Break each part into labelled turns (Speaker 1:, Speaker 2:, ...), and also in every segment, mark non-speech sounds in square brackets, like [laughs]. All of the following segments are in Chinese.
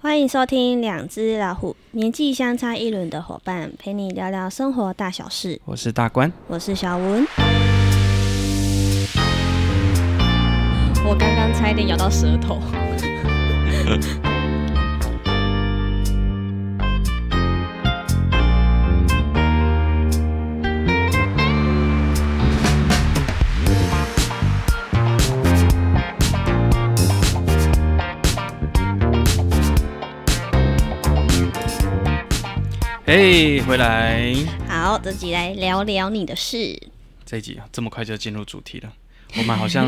Speaker 1: 欢迎收听《两只老虎》，年纪相差一轮的伙伴陪你聊聊生活大小事。
Speaker 2: 我是大官，
Speaker 1: 我是小文。我刚刚差一点咬到舌头。
Speaker 2: 嘿、回来
Speaker 1: 好，这集来聊聊你的事。
Speaker 2: 这一集啊，这么快就进入主题了。我们
Speaker 1: [laughs]
Speaker 2: 好像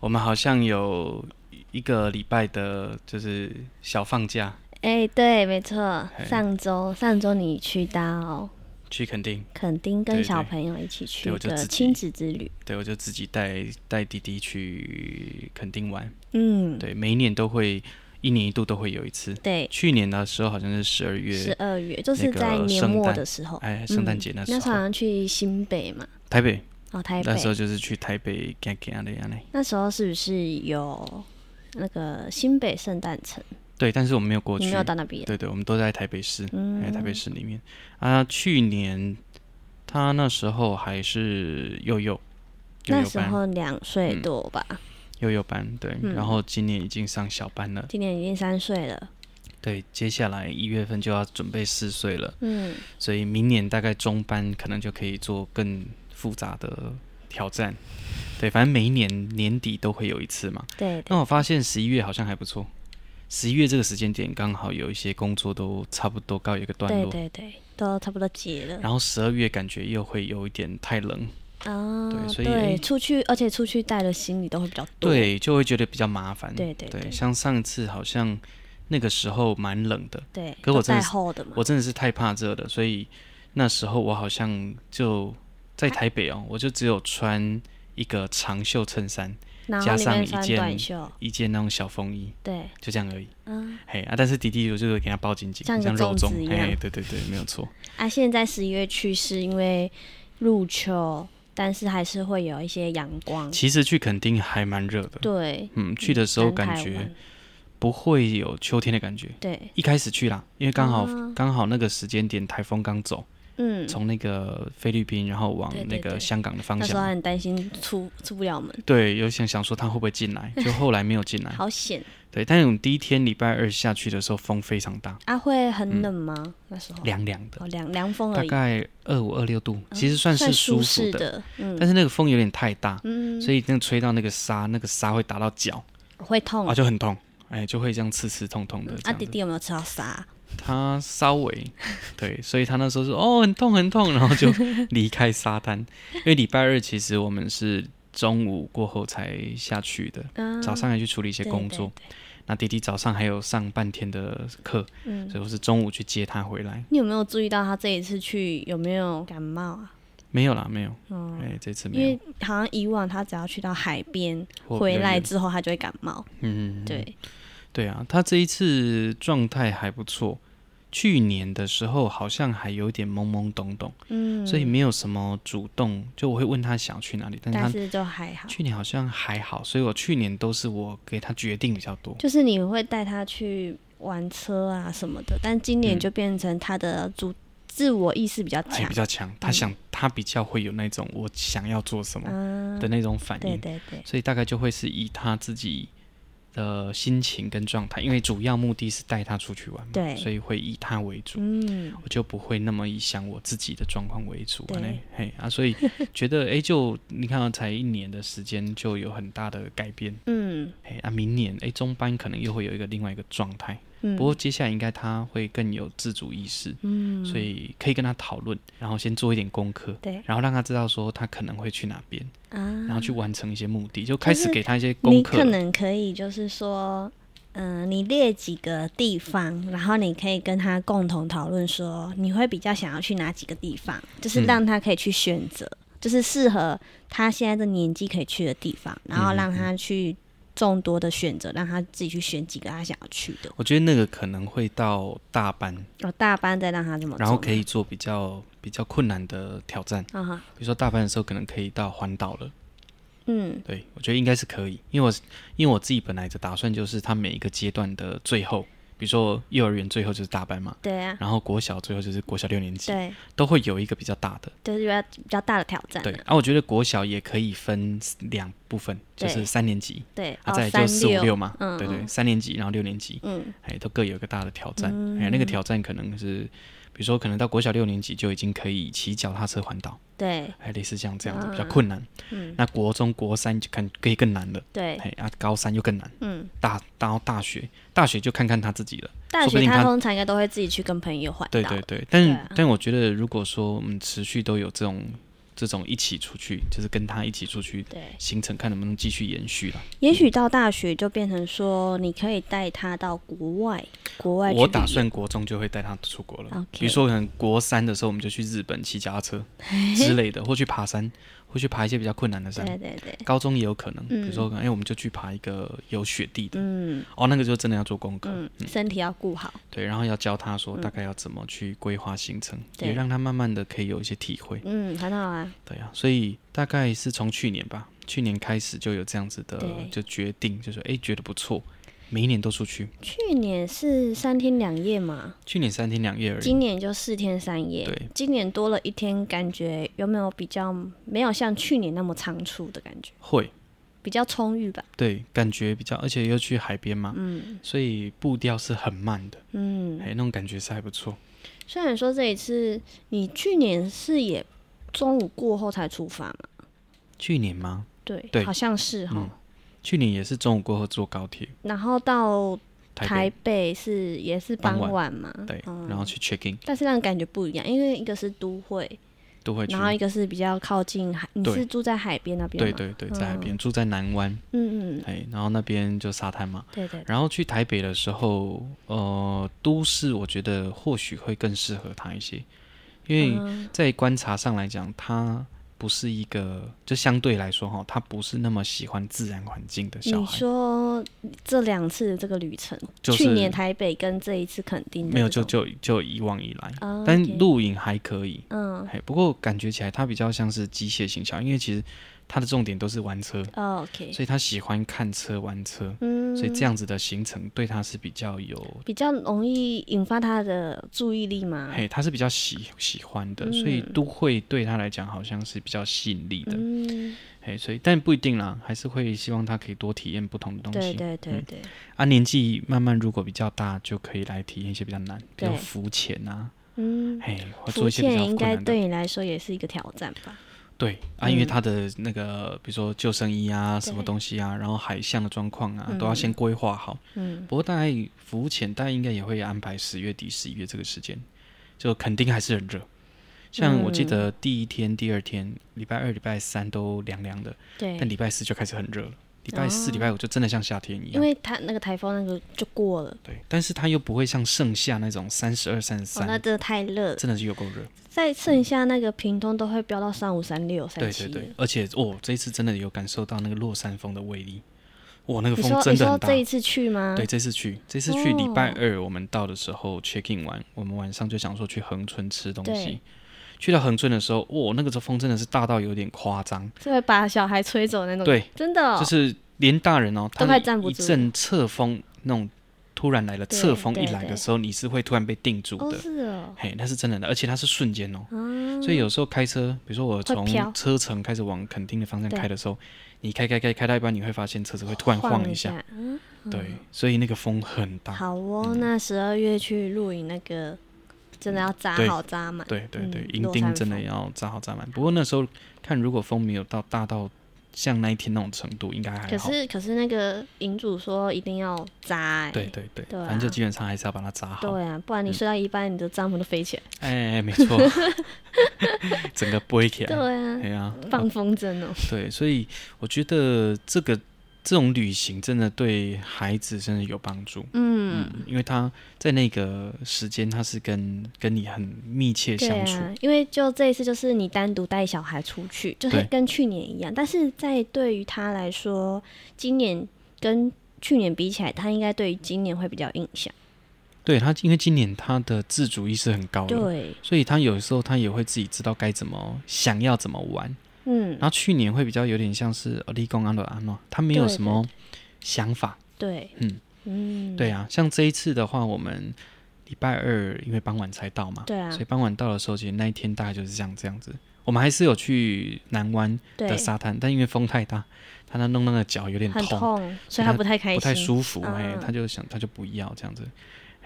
Speaker 2: 我们好像有一个礼拜的，就是小放假
Speaker 1: 哎、对，没错
Speaker 2: 嘿，
Speaker 1: 上周上周你去到
Speaker 2: 去垦丁，
Speaker 1: 垦丁
Speaker 2: 对
Speaker 1: 跟
Speaker 2: 对
Speaker 1: 小朋友一起去
Speaker 2: 对我就
Speaker 1: 的
Speaker 2: 自己
Speaker 1: 亲子之旅。
Speaker 2: 对我就自己带带弟弟去垦丁玩。
Speaker 1: 嗯，
Speaker 2: 对，每一年都会，一年一度都会有一次。
Speaker 1: 对，
Speaker 2: 去年的时候好像是十二月
Speaker 1: 十，二月就是
Speaker 2: 那个
Speaker 1: 在年
Speaker 2: 圣
Speaker 1: 末
Speaker 2: 诞
Speaker 1: 的时候，
Speaker 2: 哎，圣诞节那
Speaker 1: 嗯
Speaker 2: 时
Speaker 1: 那时候好
Speaker 2: 候，
Speaker 1: 像去新北嘛，
Speaker 2: 台北
Speaker 1: 哦，台北
Speaker 2: 那时候就是去台北干干的样嘞。
Speaker 1: 那时候是不是有那个新北圣诞城？
Speaker 2: 对，但是我们没有过去
Speaker 1: 你没，有到那边？
Speaker 2: 对对，我哎们都在台北市，
Speaker 1: 嗯
Speaker 2: 在台北市里面啊。去年他那时候还是幼幼，幼
Speaker 1: 那
Speaker 2: 幼
Speaker 1: 时
Speaker 2: 班，
Speaker 1: 候两岁多吧，
Speaker 2: 幼幼班对、
Speaker 1: 嗯
Speaker 2: 然后今年已经上小班了，
Speaker 1: 今年已经三岁了。
Speaker 2: 对，接下来一月份就要准备四岁了，
Speaker 1: 嗯，
Speaker 2: 所以明年大概中班可能就可以做更复杂的挑战。对，反正每一年年底都会有一次嘛。
Speaker 1: 对的。
Speaker 2: 那我发现十一月好像还不错，十一月这个时间点刚好有一些工作都差不多告一个段
Speaker 1: 对
Speaker 2: 落，
Speaker 1: 对对，都差不多结了
Speaker 2: 然后十二月感觉又会有一点太冷，
Speaker 1: 啊
Speaker 2: 对所以
Speaker 1: 对，
Speaker 2: 哎
Speaker 1: 出去，而且出去带的行李都会比较多。
Speaker 2: 对，就会觉得比较麻烦。
Speaker 1: 对对对
Speaker 2: 像上次好像那个时候蛮冷的，
Speaker 1: 对，
Speaker 2: 可我
Speaker 1: 都
Speaker 2: 真的
Speaker 1: 带
Speaker 2: 是
Speaker 1: 厚的嘛。
Speaker 2: 我真的是太怕热了，所以那时候我好像就在台北哦，我就只有穿一个长袖衬衫，
Speaker 1: 然后
Speaker 2: 加
Speaker 1: 里
Speaker 2: 上
Speaker 1: 面
Speaker 2: 一
Speaker 1: 穿
Speaker 2: 件
Speaker 1: 短袖，
Speaker 2: 一件那种小风衣，
Speaker 1: 对，
Speaker 2: 就这样而已。
Speaker 1: 嗯，
Speaker 2: 嘿啊，但是弟弟我就给他包紧紧，
Speaker 1: 像
Speaker 2: 像
Speaker 1: 个
Speaker 2: 肉
Speaker 1: 粽
Speaker 2: 粽
Speaker 1: 子一。样
Speaker 2: 哎，对对对，没有错。
Speaker 1: 啊，现在十一月去是因为入秋，但是还是会有一些阳光。
Speaker 2: 其实去垦丁还蛮热的，
Speaker 1: 对，
Speaker 2: 嗯，去的时候
Speaker 1: 南
Speaker 2: 感
Speaker 1: 台
Speaker 2: 觉
Speaker 1: 湾
Speaker 2: 不会有秋天的感觉。
Speaker 1: 对，
Speaker 2: 一开始去啦，因为刚好
Speaker 1: 啊
Speaker 2: 刚、好那个时间点台风刚走，
Speaker 1: [laughs] 嗯，
Speaker 2: 从那个菲律宾，然后往
Speaker 1: 对对
Speaker 2: 那个
Speaker 1: 对
Speaker 2: 香港的方
Speaker 1: 那时候
Speaker 2: 向。
Speaker 1: 很担心出出不了门，
Speaker 2: 对，有想想说他会不会进来，就后来没有进来。
Speaker 1: 好险！
Speaker 2: 对，但是我们第一天礼拜二下去的时候，风非常大，
Speaker 1: 啊，会很冷吗？那时候
Speaker 2: 嗯凉凉的，
Speaker 1: 哦凉凉风
Speaker 2: 大
Speaker 1: 而已，
Speaker 2: 概二五二六度，其实算
Speaker 1: 嗯算
Speaker 2: 是舒服
Speaker 1: 适
Speaker 2: 的。
Speaker 1: 的，嗯
Speaker 2: 但是那个风有点太大，
Speaker 1: 嗯，
Speaker 2: 所以那个吹到那个沙，那个沙会打到脚，
Speaker 1: 会痛
Speaker 2: 啊，。就很痛，哎，就会这样刺刺痛痛的这
Speaker 1: 啊，
Speaker 2: 样
Speaker 1: 弟
Speaker 2: 子。
Speaker 1: 弟有没有吃到沙？
Speaker 2: 他稍微 [laughs] 对，所以他那时候说哦很痛很痛，然后
Speaker 1: [laughs]
Speaker 2: 就离开沙滩，因为礼拜二其实我们是中午过后才下去的，
Speaker 1: 嗯，
Speaker 2: 早上还去处理一些
Speaker 1: 对
Speaker 2: 工作。，
Speaker 1: 对对
Speaker 2: 那弟弟早上还有上半天的课，
Speaker 1: 嗯，
Speaker 2: 所以我是中午去接他回来。
Speaker 1: 你有没有注意到他这一次去有没有感冒啊？
Speaker 2: 没有啦，没有，
Speaker 1: 哦
Speaker 2: 哎、这次
Speaker 1: 因
Speaker 2: 没有
Speaker 1: 为。好像以往他只要去到海边
Speaker 2: 或
Speaker 1: 回
Speaker 2: 比较
Speaker 1: 来
Speaker 2: 远，
Speaker 1: 之后，他就会感冒。
Speaker 2: 嗯，
Speaker 1: 对，
Speaker 2: 对啊，他这一次状态还不错。去年的时候好像还有点懵懵懂懂，
Speaker 1: 嗯，
Speaker 2: 所以没有什么主动，就我会问他想去哪里，但是他
Speaker 1: 但是就还好，
Speaker 2: 去年好像还好，所以我去年都是我给他决定比较多。
Speaker 1: 就是你会带他去玩车啊什么的，但今年就变成他的主、自我意识比较
Speaker 2: 他也
Speaker 1: 强
Speaker 2: 嗯比。较强，他想
Speaker 1: 嗯
Speaker 2: 他比较会有那种我想要做什么
Speaker 1: 啊，
Speaker 2: 的那种反
Speaker 1: 对
Speaker 2: 应，
Speaker 1: 对对，
Speaker 2: 所以大概就会是以他自己的心情跟状态，因为主要目的是带他出去玩嘛，
Speaker 1: 对
Speaker 2: 所以会以他为主，
Speaker 1: 嗯，
Speaker 2: 我就不会那么以想我自己的状况为主
Speaker 1: 对
Speaker 2: 啊，嘞嘿啊，所以觉得诶，就你看到才一年的时间就有很大的改变，
Speaker 1: 嗯
Speaker 2: 嘿啊，明年诶，中班可能又会有一个另外一个状态。
Speaker 1: 嗯，
Speaker 2: 不过接下来应该他会更有自主意识，
Speaker 1: 嗯，
Speaker 2: 所以可以跟他讨论，然后先做一点功课，
Speaker 1: 对
Speaker 2: 然后让他知道说他可能会去哪边，
Speaker 1: 啊，
Speaker 2: 然后去完成一些目的，就开始给他一些功
Speaker 1: 你
Speaker 2: 课
Speaker 1: 可
Speaker 2: 了。
Speaker 1: 能可以就是说，嗯、你列几个地方，然后你可以跟他共同讨论说，你会比较想要去哪几个地方，就是
Speaker 2: 嗯
Speaker 1: 让他可以去选择，就是适合他现在的年纪可以去的地方，然后让他去众多的选择，让他自己去选几个他想要去的。
Speaker 2: 我觉得那个可能会到大班，
Speaker 1: 哦，大班再让他这么做，
Speaker 2: 然后可以做比较比较困难的挑战，
Speaker 1: 啊哈，
Speaker 2: 比如说大班的时候可能可以到环岛了。
Speaker 1: 嗯
Speaker 2: 对，我觉得应该是可以，因为我因为我自己本来的打算就是他每一个阶段的最后，比如说幼儿园最后就是大班嘛，
Speaker 1: 对啊，
Speaker 2: 然后国小最后就是国小六年级，
Speaker 1: 对，
Speaker 2: 都会有一个比较大的。
Speaker 1: 就是比较比较大的挑战
Speaker 2: 对，
Speaker 1: 啊，
Speaker 2: 啊，我觉得国小也可以分两部分，就
Speaker 1: 对
Speaker 2: 是三年级，
Speaker 1: 对，哦，
Speaker 2: 啊，再来
Speaker 1: 三
Speaker 2: 就四五
Speaker 1: 六，
Speaker 2: 六嘛，
Speaker 1: 嗯
Speaker 2: 对对，
Speaker 1: 嗯
Speaker 2: 三年级，然后六年级，
Speaker 1: 嗯，
Speaker 2: 哎，都各有一个大的挑战，哎，那个挑战可能是，比如说可能到国小六年级就已经可以骑脚踏车环岛，
Speaker 1: 对，
Speaker 2: 哎，类似像这样子
Speaker 1: 嗯
Speaker 2: 比较困难，
Speaker 1: 嗯，
Speaker 2: 那国中国三就看可以更难了，
Speaker 1: 对，
Speaker 2: 哎，啊，高三就更难，
Speaker 1: 嗯，
Speaker 2: 大到大学，大学就看看他自己了，
Speaker 1: 大
Speaker 2: 说不
Speaker 1: 学
Speaker 2: 定他
Speaker 1: 他通常应该都会自己去跟朋友环
Speaker 2: 对
Speaker 1: 岛，
Speaker 2: 对对，但、
Speaker 1: 对啊
Speaker 2: 但我觉得如果说嗯持续都有这种这种一起出去，就是跟他一起出去。
Speaker 1: 对，
Speaker 2: 行程看能不能继续延续啦。
Speaker 1: 也许到大学就变成说，你可以带他到国外，国外去
Speaker 2: 我
Speaker 1: 旅
Speaker 2: 打
Speaker 1: 游
Speaker 2: 算国中就会带他出国了
Speaker 1: OK
Speaker 2: 比如说可能国三的时候我们就去日本骑脚踏车之类的，或去爬山，或去爬一些比较困难的山。
Speaker 1: [laughs] 对对对，
Speaker 2: 高中也有可能，比
Speaker 1: 嗯
Speaker 2: 如说可能，哎、我们就去爬一个有雪地的，
Speaker 1: 嗯
Speaker 2: 哦，那个就真的要做功课，
Speaker 1: 嗯，身体要顾好，
Speaker 2: 对，然后要教他说大概要怎么去规划行程，
Speaker 1: 对
Speaker 2: 也让他慢慢的可以有一些体会，
Speaker 1: 嗯，很好啊，
Speaker 2: 对啊，所以大概是从去年吧，去年开始就有这样子的
Speaker 1: 对
Speaker 2: 就决定，就是哎、觉得不错，每一年都出去，
Speaker 1: 去年是三天两夜嘛，
Speaker 2: 去年三天两夜而已，
Speaker 1: 今年就四天三夜
Speaker 2: 对，
Speaker 1: 今年多了一天，感觉有没有比较没有像去年那么仓促的感觉，
Speaker 2: 会。
Speaker 1: 比较充裕吧？
Speaker 2: 对，感觉比较，而且又去海边嘛，所以步调是很慢的，
Speaker 1: 嗯，
Speaker 2: 哎、那种感觉是还不错。
Speaker 1: 虽然说这一次你去年是也中午过后才出发嘛，
Speaker 2: 去年吗？
Speaker 1: 对，
Speaker 2: 对
Speaker 1: 好像是哈、
Speaker 2: 嗯去年也是中午过后坐高铁
Speaker 1: 然后到
Speaker 2: 台北，
Speaker 1: 台北是也是
Speaker 2: 傍
Speaker 1: 傍
Speaker 2: 晚
Speaker 1: 晚嘛，
Speaker 2: 对，
Speaker 1: 嗯
Speaker 2: 然后去 check in
Speaker 1: 但是让感觉不一样，因为一个是都会，
Speaker 2: 都会去
Speaker 1: 然，后一个是比较靠近海，你
Speaker 2: 对
Speaker 1: 是住在海边那边
Speaker 2: 对
Speaker 1: 吗？
Speaker 2: 对对，在海边、住在南湾，
Speaker 1: 嗯嗯，
Speaker 2: 哎、然后那边就沙滩嘛。
Speaker 1: 对对对，
Speaker 2: 然后去台北的时候，呃，都市我觉得或许会更适合他一些，因为
Speaker 1: 嗯
Speaker 2: 在观察上来讲，他不是一个，就相对来说哈，他不是那么喜欢自然环境的小
Speaker 1: 你
Speaker 2: 孩。
Speaker 1: 说这两次的这个旅程，
Speaker 2: 就是
Speaker 1: 去年台北跟这一次垦丁的
Speaker 2: 没有，
Speaker 1: 这
Speaker 2: 就
Speaker 1: 种
Speaker 2: 就就以往以来，
Speaker 1: 哦
Speaker 2: 但
Speaker 1: OK
Speaker 2: 录影还可以。
Speaker 1: 嗯
Speaker 2: 哎，不过感觉起来它比较像是机械型小孩，因为其实它的重点都是玩车，
Speaker 1: 哦，OK，
Speaker 2: 所以他喜欢看车玩车，
Speaker 1: 嗯，
Speaker 2: 所以这样子的行程对他是比较有，
Speaker 1: 比较容易引发他的注意力嘛。
Speaker 2: 嘿，他是比较喜喜欢
Speaker 1: 嗯
Speaker 2: 的，所以都会对他来讲好像是比较吸引力的，
Speaker 1: 嗯，
Speaker 2: 嘿，所以但不一定啦，还是会希望他可以多体验不同的东
Speaker 1: 对
Speaker 2: 西。
Speaker 1: 对对对，
Speaker 2: 啊，年纪慢慢如果比较大，就可以来体验一些比较难、比较
Speaker 1: 对
Speaker 2: 肤浅啊，
Speaker 1: 嗯，
Speaker 2: 嘿，或做
Speaker 1: 福
Speaker 2: 一些比较
Speaker 1: 建
Speaker 2: 困
Speaker 1: 应该
Speaker 2: 难的
Speaker 1: 对你来说也是一个挑战吧？
Speaker 2: 对啊，因为
Speaker 1: 嗯
Speaker 2: 他的那个，比如说救生衣啊，什么
Speaker 1: 对
Speaker 2: 东西啊，然后海象的状况啊，
Speaker 1: 嗯
Speaker 2: 都要先规划好。
Speaker 1: 嗯，
Speaker 2: 不过大概浮潜，大概应该也会安排十月底、十一月这个时间，就肯定还是很热。像我记
Speaker 1: 嗯
Speaker 2: 得第一天、第二天，礼拜二、礼拜三都凉凉的，
Speaker 1: 对
Speaker 2: 但，礼拜四就开始很热了。礼拜四、
Speaker 1: 哦
Speaker 2: 礼拜五就真的像夏天一
Speaker 1: 因
Speaker 2: 样。
Speaker 1: 为他那个台风那个就过了，
Speaker 2: 对，但是它又不会像盛夏那种三十二、三十
Speaker 1: 哦，那
Speaker 2: 三，
Speaker 1: 真的太热了，
Speaker 2: 真的是有够热。
Speaker 1: 在剩下那个屏东都会飙到三五三六三
Speaker 2: 对
Speaker 1: 七
Speaker 2: 对
Speaker 1: 了。
Speaker 2: 对，而且哦，这一次真的有感受到那个落山风的威力。哇，那个
Speaker 1: 你
Speaker 2: 风
Speaker 1: 说
Speaker 2: 真
Speaker 1: 你
Speaker 2: 的
Speaker 1: 说
Speaker 2: 很大
Speaker 1: 这。一次去吗？
Speaker 2: 对，这次去，这次去礼
Speaker 1: 哦
Speaker 2: 拜二我们到的时候 check in 完，我们晚上就想说去恒春吃东西
Speaker 1: 对。
Speaker 2: 去到恒春的时候，哇，那个时候风真的是大到有点夸张，
Speaker 1: 是会把小孩吹走那种。，
Speaker 2: 对，
Speaker 1: 真的、哦。
Speaker 2: 就是连大人哦，他
Speaker 1: 都快
Speaker 2: 们
Speaker 1: 站不
Speaker 2: 一
Speaker 1: 住
Speaker 2: 阵侧风那种突然来了
Speaker 1: 对
Speaker 2: 侧风一
Speaker 1: 对
Speaker 2: 来的
Speaker 1: 对
Speaker 2: 时候，你是会突然被定住
Speaker 1: 哦，
Speaker 2: 的，
Speaker 1: 是哦，
Speaker 2: 嘿，那是真的的，而且它是瞬间哦，
Speaker 1: 啊，
Speaker 2: 所以有时候开车，比如说我从
Speaker 1: 飘
Speaker 2: 车程开始往垦丁的方向
Speaker 1: 对
Speaker 2: 开的时候，你开开开开到一半，你会发现车子会突然晃
Speaker 1: 一
Speaker 2: 一下，，啊
Speaker 1: 嗯，
Speaker 2: 对，所以那个风很大，
Speaker 1: 好哦，
Speaker 2: 嗯
Speaker 1: 那十二月去露营那个真的要扎
Speaker 2: 对
Speaker 1: 好扎满，
Speaker 2: 对对对，
Speaker 1: 嗯
Speaker 2: 银
Speaker 1: 落
Speaker 2: 钉
Speaker 1: 山
Speaker 2: 真的
Speaker 1: 风
Speaker 2: 要扎好扎满。不过那时候看，如果风没有到大到像那一天那种程度，应该还
Speaker 1: 可
Speaker 2: 好。
Speaker 1: 是可是那个营主说一定要扎、欸，
Speaker 2: 对对对，
Speaker 1: 对
Speaker 2: 反正就
Speaker 1: 啊
Speaker 2: 基本上还是要把它扎好。嗯
Speaker 1: 对啊，不然你睡到一半你的帐篷都飞起来，
Speaker 2: 哎，
Speaker 1: [laughs]
Speaker 2: 没错，整个背起来。
Speaker 1: 对啊，
Speaker 2: 哎呀，
Speaker 1: 放风筝哦，
Speaker 2: 对，所以我觉得这个这种旅行真的对孩子真的有帮助。
Speaker 1: 嗯，
Speaker 2: 嗯，因为他在那个时间，他是跟跟你很密切
Speaker 1: 对
Speaker 2: 相处。
Speaker 1: 啊，因为就这一次就是你单独带小孩出去，就是
Speaker 2: 对
Speaker 1: 跟去年一样，但是在对于他来说，今年跟去年比起来，他应该对于今年会比较有印象，
Speaker 2: 对他，因为今年他的自主意识很高了。
Speaker 1: 对，
Speaker 2: 所以他有时候他也会自己知道该怎么想要怎么玩。
Speaker 1: 嗯
Speaker 2: 然，后去啊年会比较有点像是呃立功安乐安诺，他没有
Speaker 1: 对
Speaker 2: 什么想法，
Speaker 1: 对，
Speaker 2: 嗯，
Speaker 1: 嗯，
Speaker 2: 对啊，像这一次的话，我们礼拜二因为傍晚才到嘛，
Speaker 1: 对啊
Speaker 2: 所以傍晚到的时候，其实那一天大概就是这样这样子。我们还是有去南湾
Speaker 1: 对
Speaker 2: 的，沙滩，但因为风太大，他那弄那个脚有点
Speaker 1: 很
Speaker 2: 痛，
Speaker 1: 痛，所以他
Speaker 2: 不
Speaker 1: 不太开心，
Speaker 2: 不太舒服，
Speaker 1: 嗯
Speaker 2: 哎、他就想他就不要这样子，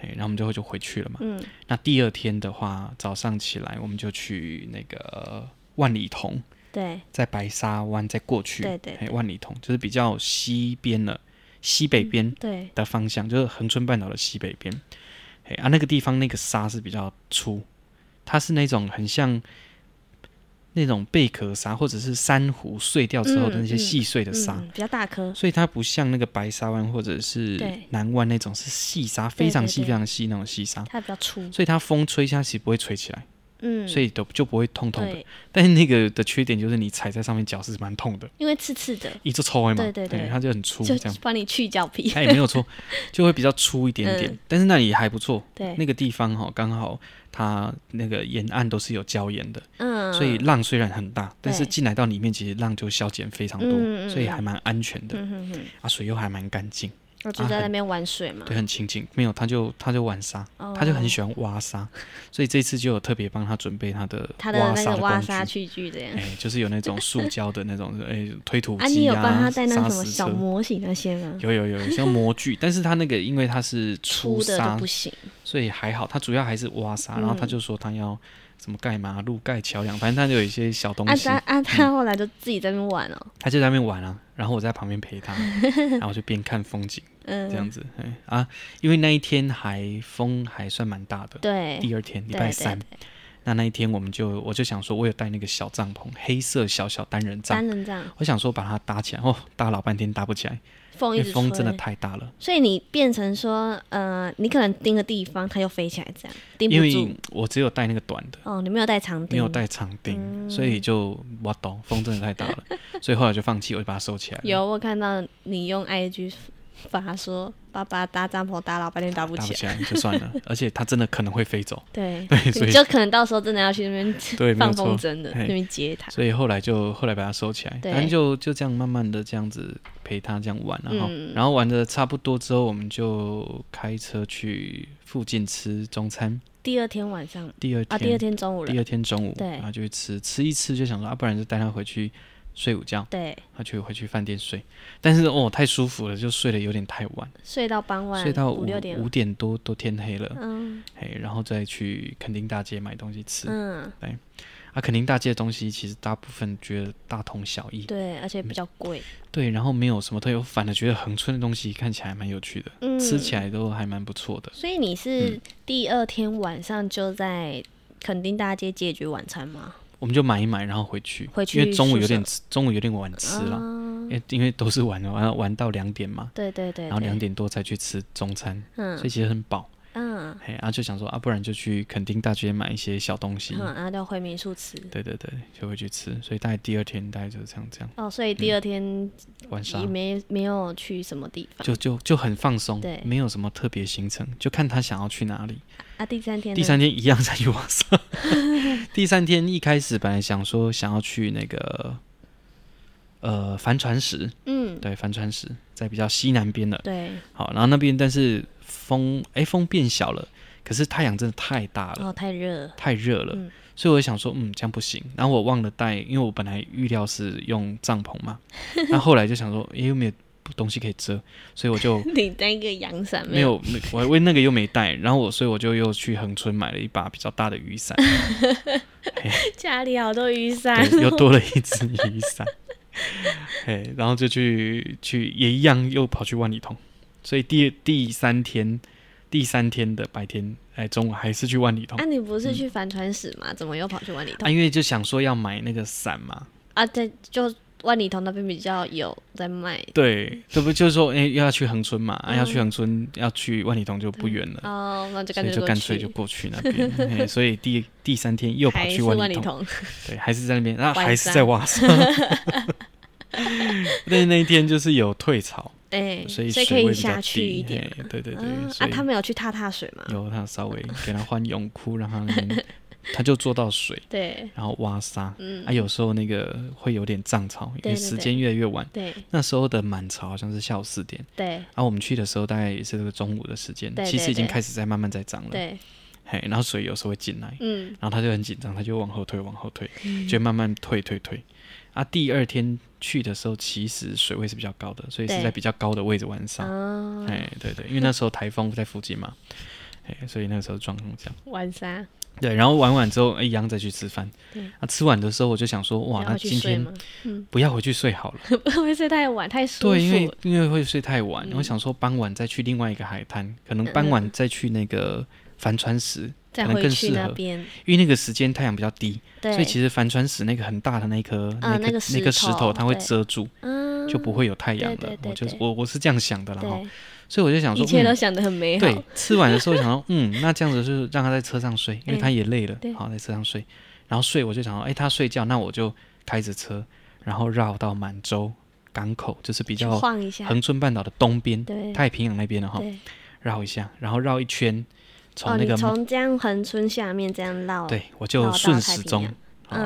Speaker 2: 哎、然后我们最后就回去了嘛。
Speaker 1: 嗯，
Speaker 2: 那第二天的话，早上起来我们就去那个万里桐，
Speaker 1: 对，
Speaker 2: 在白沙湾再过去，
Speaker 1: 对对嗯
Speaker 2: 哎万里桐就是比较西边了，西北边
Speaker 1: 对，
Speaker 2: 的方向，就是恒春半岛的西北边。哎啊，那个地方那个沙是比较粗，它是那种很像那种贝壳沙或者是珊瑚碎掉之后的那些
Speaker 1: 嗯嗯
Speaker 2: 细碎的沙，
Speaker 1: 嗯，比较大颗，
Speaker 2: 所以它不像那个白沙湾或者是
Speaker 1: 对
Speaker 2: 南湾那种是细沙，非常细
Speaker 1: 对对
Speaker 2: 非常细那种细沙，
Speaker 1: 它比较粗，
Speaker 2: 所以它风吹下其实不会吹起来，
Speaker 1: 嗯，
Speaker 2: 所
Speaker 1: 以
Speaker 2: 以都就不会痛痛的。
Speaker 1: 对，
Speaker 2: 但是那个的缺点就是你踩在上面脚是蛮痛的，
Speaker 1: 因为刺刺的，
Speaker 2: 一直抽哎嘛，
Speaker 1: 对对对
Speaker 2: 哎它就很粗这
Speaker 1: 就
Speaker 2: 样。
Speaker 1: 帮你去脚皮，
Speaker 2: 它也没有错，就会比较粗一点
Speaker 1: [laughs]
Speaker 2: 点，
Speaker 1: 嗯
Speaker 2: 但是那里还不错。
Speaker 1: 对，
Speaker 2: 那个地方哈、刚好它那个沿岸都是有礁岩的，
Speaker 1: 嗯，
Speaker 2: 所以浪虽然很大，但是
Speaker 1: 对
Speaker 2: 进来到里面其实浪就消减非常多，
Speaker 1: 嗯嗯嗯
Speaker 2: 所以还蛮安全的、
Speaker 1: 嗯哼哼，
Speaker 2: 啊，水又还蛮干净，
Speaker 1: 我就在那边玩水嘛，
Speaker 2: 啊对，很清静。没有，他就他就玩沙，
Speaker 1: 哦
Speaker 2: 他就很喜欢挖沙，所以这次就有特别帮他准备他的
Speaker 1: 他的那个
Speaker 2: 沙
Speaker 1: 挖
Speaker 2: 工
Speaker 1: 沙
Speaker 2: 具。
Speaker 1: 器具这样。
Speaker 2: 哎、就是有那种塑胶的那种，哎、推土机
Speaker 1: 啊，你有帮他带那
Speaker 2: 砂
Speaker 1: 什么
Speaker 2: 石
Speaker 1: 小
Speaker 2: 车
Speaker 1: 模型那些吗？
Speaker 2: 有有有，像模具，但是他那个因为他是粗
Speaker 1: 粗的
Speaker 2: 沙
Speaker 1: 都不，行，
Speaker 2: 所以还好，他主要还是挖沙，然后他
Speaker 1: 嗯
Speaker 2: 就说他要什么盖马路、盖桥梁，反正他就有一些小东
Speaker 1: 啊
Speaker 2: 西，嗯
Speaker 1: 他啊他后来就自己在那边玩哦，
Speaker 2: 他就在那边玩啊，然后我在旁边陪他，然后就边看风景
Speaker 1: [laughs] 嗯，
Speaker 2: 这样子，哎啊，因为那一天还风还算蛮大的，
Speaker 1: 对，
Speaker 2: 第二天礼
Speaker 1: 对
Speaker 2: 拜
Speaker 1: 对
Speaker 2: 三
Speaker 1: 对，
Speaker 2: 那那一天我们就我就想说，我有带那个小帐篷，黑色小小单人帐。
Speaker 1: 单人这样，
Speaker 2: 我想说把它搭起来，哦，搭老半天搭不起来，因
Speaker 1: 风哦一
Speaker 2: 为
Speaker 1: 直
Speaker 2: 风真的
Speaker 1: 吹
Speaker 2: 太大了。
Speaker 1: 所以你变成说，呃，你可能盯个地方，它又飞起来，这样盯
Speaker 2: 因
Speaker 1: 不住
Speaker 2: 为。我只有带那个短的，
Speaker 1: 哦，你没有带长钉，
Speaker 2: 没有带长钉，
Speaker 1: 嗯
Speaker 2: 所以就我懂，风真的太大
Speaker 1: [laughs]
Speaker 2: 了，所以后来就放弃，我就把它收起来了。
Speaker 1: 有我看到你用 IG 发说，爸爸搭帐篷搭老半天搭不
Speaker 2: 搭
Speaker 1: 起
Speaker 2: 不
Speaker 1: 来，
Speaker 2: 起来就算了，而且它真的可能会飞走，
Speaker 1: 对，
Speaker 2: 对， [laughs] 所
Speaker 1: 你
Speaker 2: 以
Speaker 1: 就可能到时候真的要去那边
Speaker 2: 对，没
Speaker 1: 放
Speaker 2: 有错
Speaker 1: 风，筝的
Speaker 2: 嘿
Speaker 1: 那边接它。
Speaker 2: 所以后来就后来把它收起来，
Speaker 1: 啊对
Speaker 2: 反正就就这样慢慢的这样子陪它这样玩，然后、
Speaker 1: 嗯
Speaker 2: 然后玩的差不多之后，我们就开车去附近吃中餐。
Speaker 1: 第二天晚上
Speaker 2: 第二天，
Speaker 1: 啊，第二天中午了
Speaker 2: 第，二天中午，
Speaker 1: 对
Speaker 2: 然后就去吃，吃一吃就想说啊，不然就带它回去睡午觉。
Speaker 1: 对，
Speaker 2: 他去回去饭店睡，但是哦太舒服了，就睡得有点太晚，
Speaker 1: 睡到傍晚
Speaker 2: 睡到
Speaker 1: 五
Speaker 2: 五
Speaker 1: 六点了，
Speaker 2: 五点多都天黑了，
Speaker 1: 嗯
Speaker 2: 哎、然后再去垦丁大街买东西吃。
Speaker 1: 嗯，
Speaker 2: 啊，垦丁大街的东西其实大部分觉得大同小异，
Speaker 1: 对，而且比较贵，
Speaker 2: 对，然后没有什么特有，反而觉得恒春的东西看起来蛮有趣的，
Speaker 1: 嗯，
Speaker 2: 吃起。来嗯都还蛮不错的。
Speaker 1: 所以你是第二天晚上就在垦丁大街解决晚餐吗？
Speaker 2: 我们就买一买，然后回去，
Speaker 1: 回去
Speaker 2: 因为中午
Speaker 1: 宿舍
Speaker 2: 有点吃中午有点晚吃了，
Speaker 1: 啊
Speaker 2: 因为因为都是晚玩玩到两点嘛，
Speaker 1: 对对对，
Speaker 2: 然后
Speaker 1: 对
Speaker 2: 两点多再去吃中餐，所
Speaker 1: 嗯
Speaker 2: 以其实很饱。
Speaker 1: 嗯
Speaker 2: 嘿，然、后就想说啊，不然就去垦丁大街买一些小东西。
Speaker 1: 嗯，然后就回民宿吃。
Speaker 2: 对对对，就会去吃，所以大概第二天大概就是这样这样，
Speaker 1: 哦，所以第二天
Speaker 2: 晚
Speaker 1: 也
Speaker 2: 上
Speaker 1: 没没有去什么地方
Speaker 2: 啊就就就很放松
Speaker 1: 对，
Speaker 2: 没有什么特别行程，就看他想要去哪里。
Speaker 1: 啊？第三天呢？
Speaker 2: 第三天一样再去网上。第三天一开始本来想说想要去那个呃帆船石，
Speaker 1: 嗯，
Speaker 2: 对帆船石在比较西南边的，
Speaker 1: 对，
Speaker 2: 好，然后那边但是风哎风变小了，可是太阳真的太大了。
Speaker 1: 哦，太热了， [laughs]
Speaker 2: 太热了，
Speaker 1: 嗯
Speaker 2: 所以我就想说，嗯，这样不行。然后我忘了带，因为我本来预料是用帐篷嘛，那后来就想说，诶，又没有东西可以遮，所以我就
Speaker 1: 你带一个阳伞
Speaker 2: 没？有，那我为那个又没带，然后我所以我就又去恒春买了一把比较大的雨伞，
Speaker 1: 家里好多雨伞
Speaker 2: 对， [laughs] 又多了
Speaker 1: [laughs]
Speaker 2: 一只雨伞，嘿，然后就去去也一样又跑去万里通，所以第第三天第三天的白天，哎，中午还是去万里通
Speaker 1: 啊，。你不
Speaker 2: 嗯
Speaker 1: 是去帆船室吗？怎么又跑去万里
Speaker 2: 啊，
Speaker 1: 通
Speaker 2: 因为就想说要买那个伞嘛，
Speaker 1: 啊？对，就万里通那边比较有在卖
Speaker 2: 对，这不就是说，哎、要去恒春嘛，啊
Speaker 1: 嗯
Speaker 2: 要去恒春，要去万里桐就不远了，
Speaker 1: 哦，那就
Speaker 2: 所
Speaker 1: 干脆
Speaker 2: 以就
Speaker 1: 过
Speaker 2: 干脆
Speaker 1: 去
Speaker 2: 就过去那
Speaker 1: [laughs]
Speaker 2: 边。嘿所以第第三天又跑
Speaker 1: 还
Speaker 2: 去
Speaker 1: 是
Speaker 2: 万
Speaker 1: 里
Speaker 2: 桐，
Speaker 1: 通，
Speaker 2: 对，还是在那边，然后
Speaker 1: 晚
Speaker 2: 还是
Speaker 1: 上
Speaker 2: 在瓦上。 [laughs] 但是那一天就是有退潮，
Speaker 1: 哎，
Speaker 2: 所以
Speaker 1: 所以可
Speaker 2: 水位
Speaker 1: 以
Speaker 2: 比较
Speaker 1: 下去
Speaker 2: 低
Speaker 1: 一点。
Speaker 2: 嘿对对对，
Speaker 1: 啊，
Speaker 2: 所
Speaker 1: 啊
Speaker 2: 以
Speaker 1: 他们有去踏踏水吗？
Speaker 2: 有他稍微给他换泳裤，让他那边他就做到水，
Speaker 1: 对，
Speaker 2: 然后挖沙。
Speaker 1: 嗯，
Speaker 2: 啊，有时候那个会有点涨潮，因
Speaker 1: 对
Speaker 2: 为
Speaker 1: 对
Speaker 2: 时间越来越晚。
Speaker 1: 对
Speaker 2: 那时候的满潮好像是下午四点，
Speaker 1: 对
Speaker 2: 啊，我们去的时候大概也是这个中午的时间
Speaker 1: 对，对
Speaker 2: 其实已经
Speaker 1: 对
Speaker 2: 开始在慢慢在涨了。
Speaker 1: 对，
Speaker 2: 嘿，然后水有时候会进来，
Speaker 1: 嗯，
Speaker 2: 然后他就很紧张，他就往后退，往后退，就慢慢退退退。啊，第二天去的时候，其实水位是比较高的，所以是
Speaker 1: 对
Speaker 2: 在比较高的位置玩沙。
Speaker 1: 哦，
Speaker 2: 哎，对对，因为那时候台风在附近嘛，哎，所以那个时候状况这样。
Speaker 1: 晚上
Speaker 2: 对，然后玩完之后，哎，一样再去吃饭
Speaker 1: 对。
Speaker 2: 啊，吃完的时候我就想说，哇，
Speaker 1: 然
Speaker 2: 那
Speaker 1: 后去
Speaker 2: 今
Speaker 1: 睡
Speaker 2: 天
Speaker 1: 吗？ [laughs]
Speaker 2: 不要回去睡好了。
Speaker 1: 不会睡太晚，太舒服。
Speaker 2: 对，因为因为会睡太晚，
Speaker 1: 嗯
Speaker 2: 我想说傍晚再去另外一个海滩，可能傍晚再去那个帆船石，
Speaker 1: 再
Speaker 2: 可能
Speaker 1: 回
Speaker 2: 更
Speaker 1: 去
Speaker 2: 适
Speaker 1: 那
Speaker 2: 合
Speaker 1: 边，
Speaker 2: 因为那个时间太阳比较低，
Speaker 1: 对，
Speaker 2: 所以其实帆船石那个很大的那颗、
Speaker 1: 啊
Speaker 2: 那
Speaker 1: 那个
Speaker 2: 个
Speaker 1: 石
Speaker 2: 那个石
Speaker 1: 头
Speaker 2: 头，它会
Speaker 1: 对
Speaker 2: 遮住，
Speaker 1: 嗯，
Speaker 2: 就不会有太阳了。
Speaker 1: 对对对
Speaker 2: 我就是
Speaker 1: 对
Speaker 2: 我我是这样想的啦，然后
Speaker 1: 对，
Speaker 2: 所以我就想说，
Speaker 1: 一切都
Speaker 2: 嗯
Speaker 1: 想得很哎美好。
Speaker 2: 对，吃完的时候想到，嗯，那这样子就是让他在车上睡，因为他也累了
Speaker 1: 嗯对，
Speaker 2: 好在车上睡。然后睡我就想到，哎，他睡觉，那我就开着车，然后绕到满洲港口，就是比
Speaker 1: 去
Speaker 2: 较
Speaker 1: 晃一下，
Speaker 2: 恒春半岛的东边，
Speaker 1: 对，
Speaker 2: 太平洋那边了哈，
Speaker 1: 对，
Speaker 2: 绕一下，然后绕一圈，从
Speaker 1: 哦，
Speaker 2: 那
Speaker 1: 你
Speaker 2: 个、
Speaker 1: 从这样横村下面这样绕，
Speaker 2: 对
Speaker 1: 绕
Speaker 2: 我就
Speaker 1: 到
Speaker 2: 顺
Speaker 1: 太
Speaker 2: 时
Speaker 1: 平
Speaker 2: 钟
Speaker 1: 洋，
Speaker 2: 啊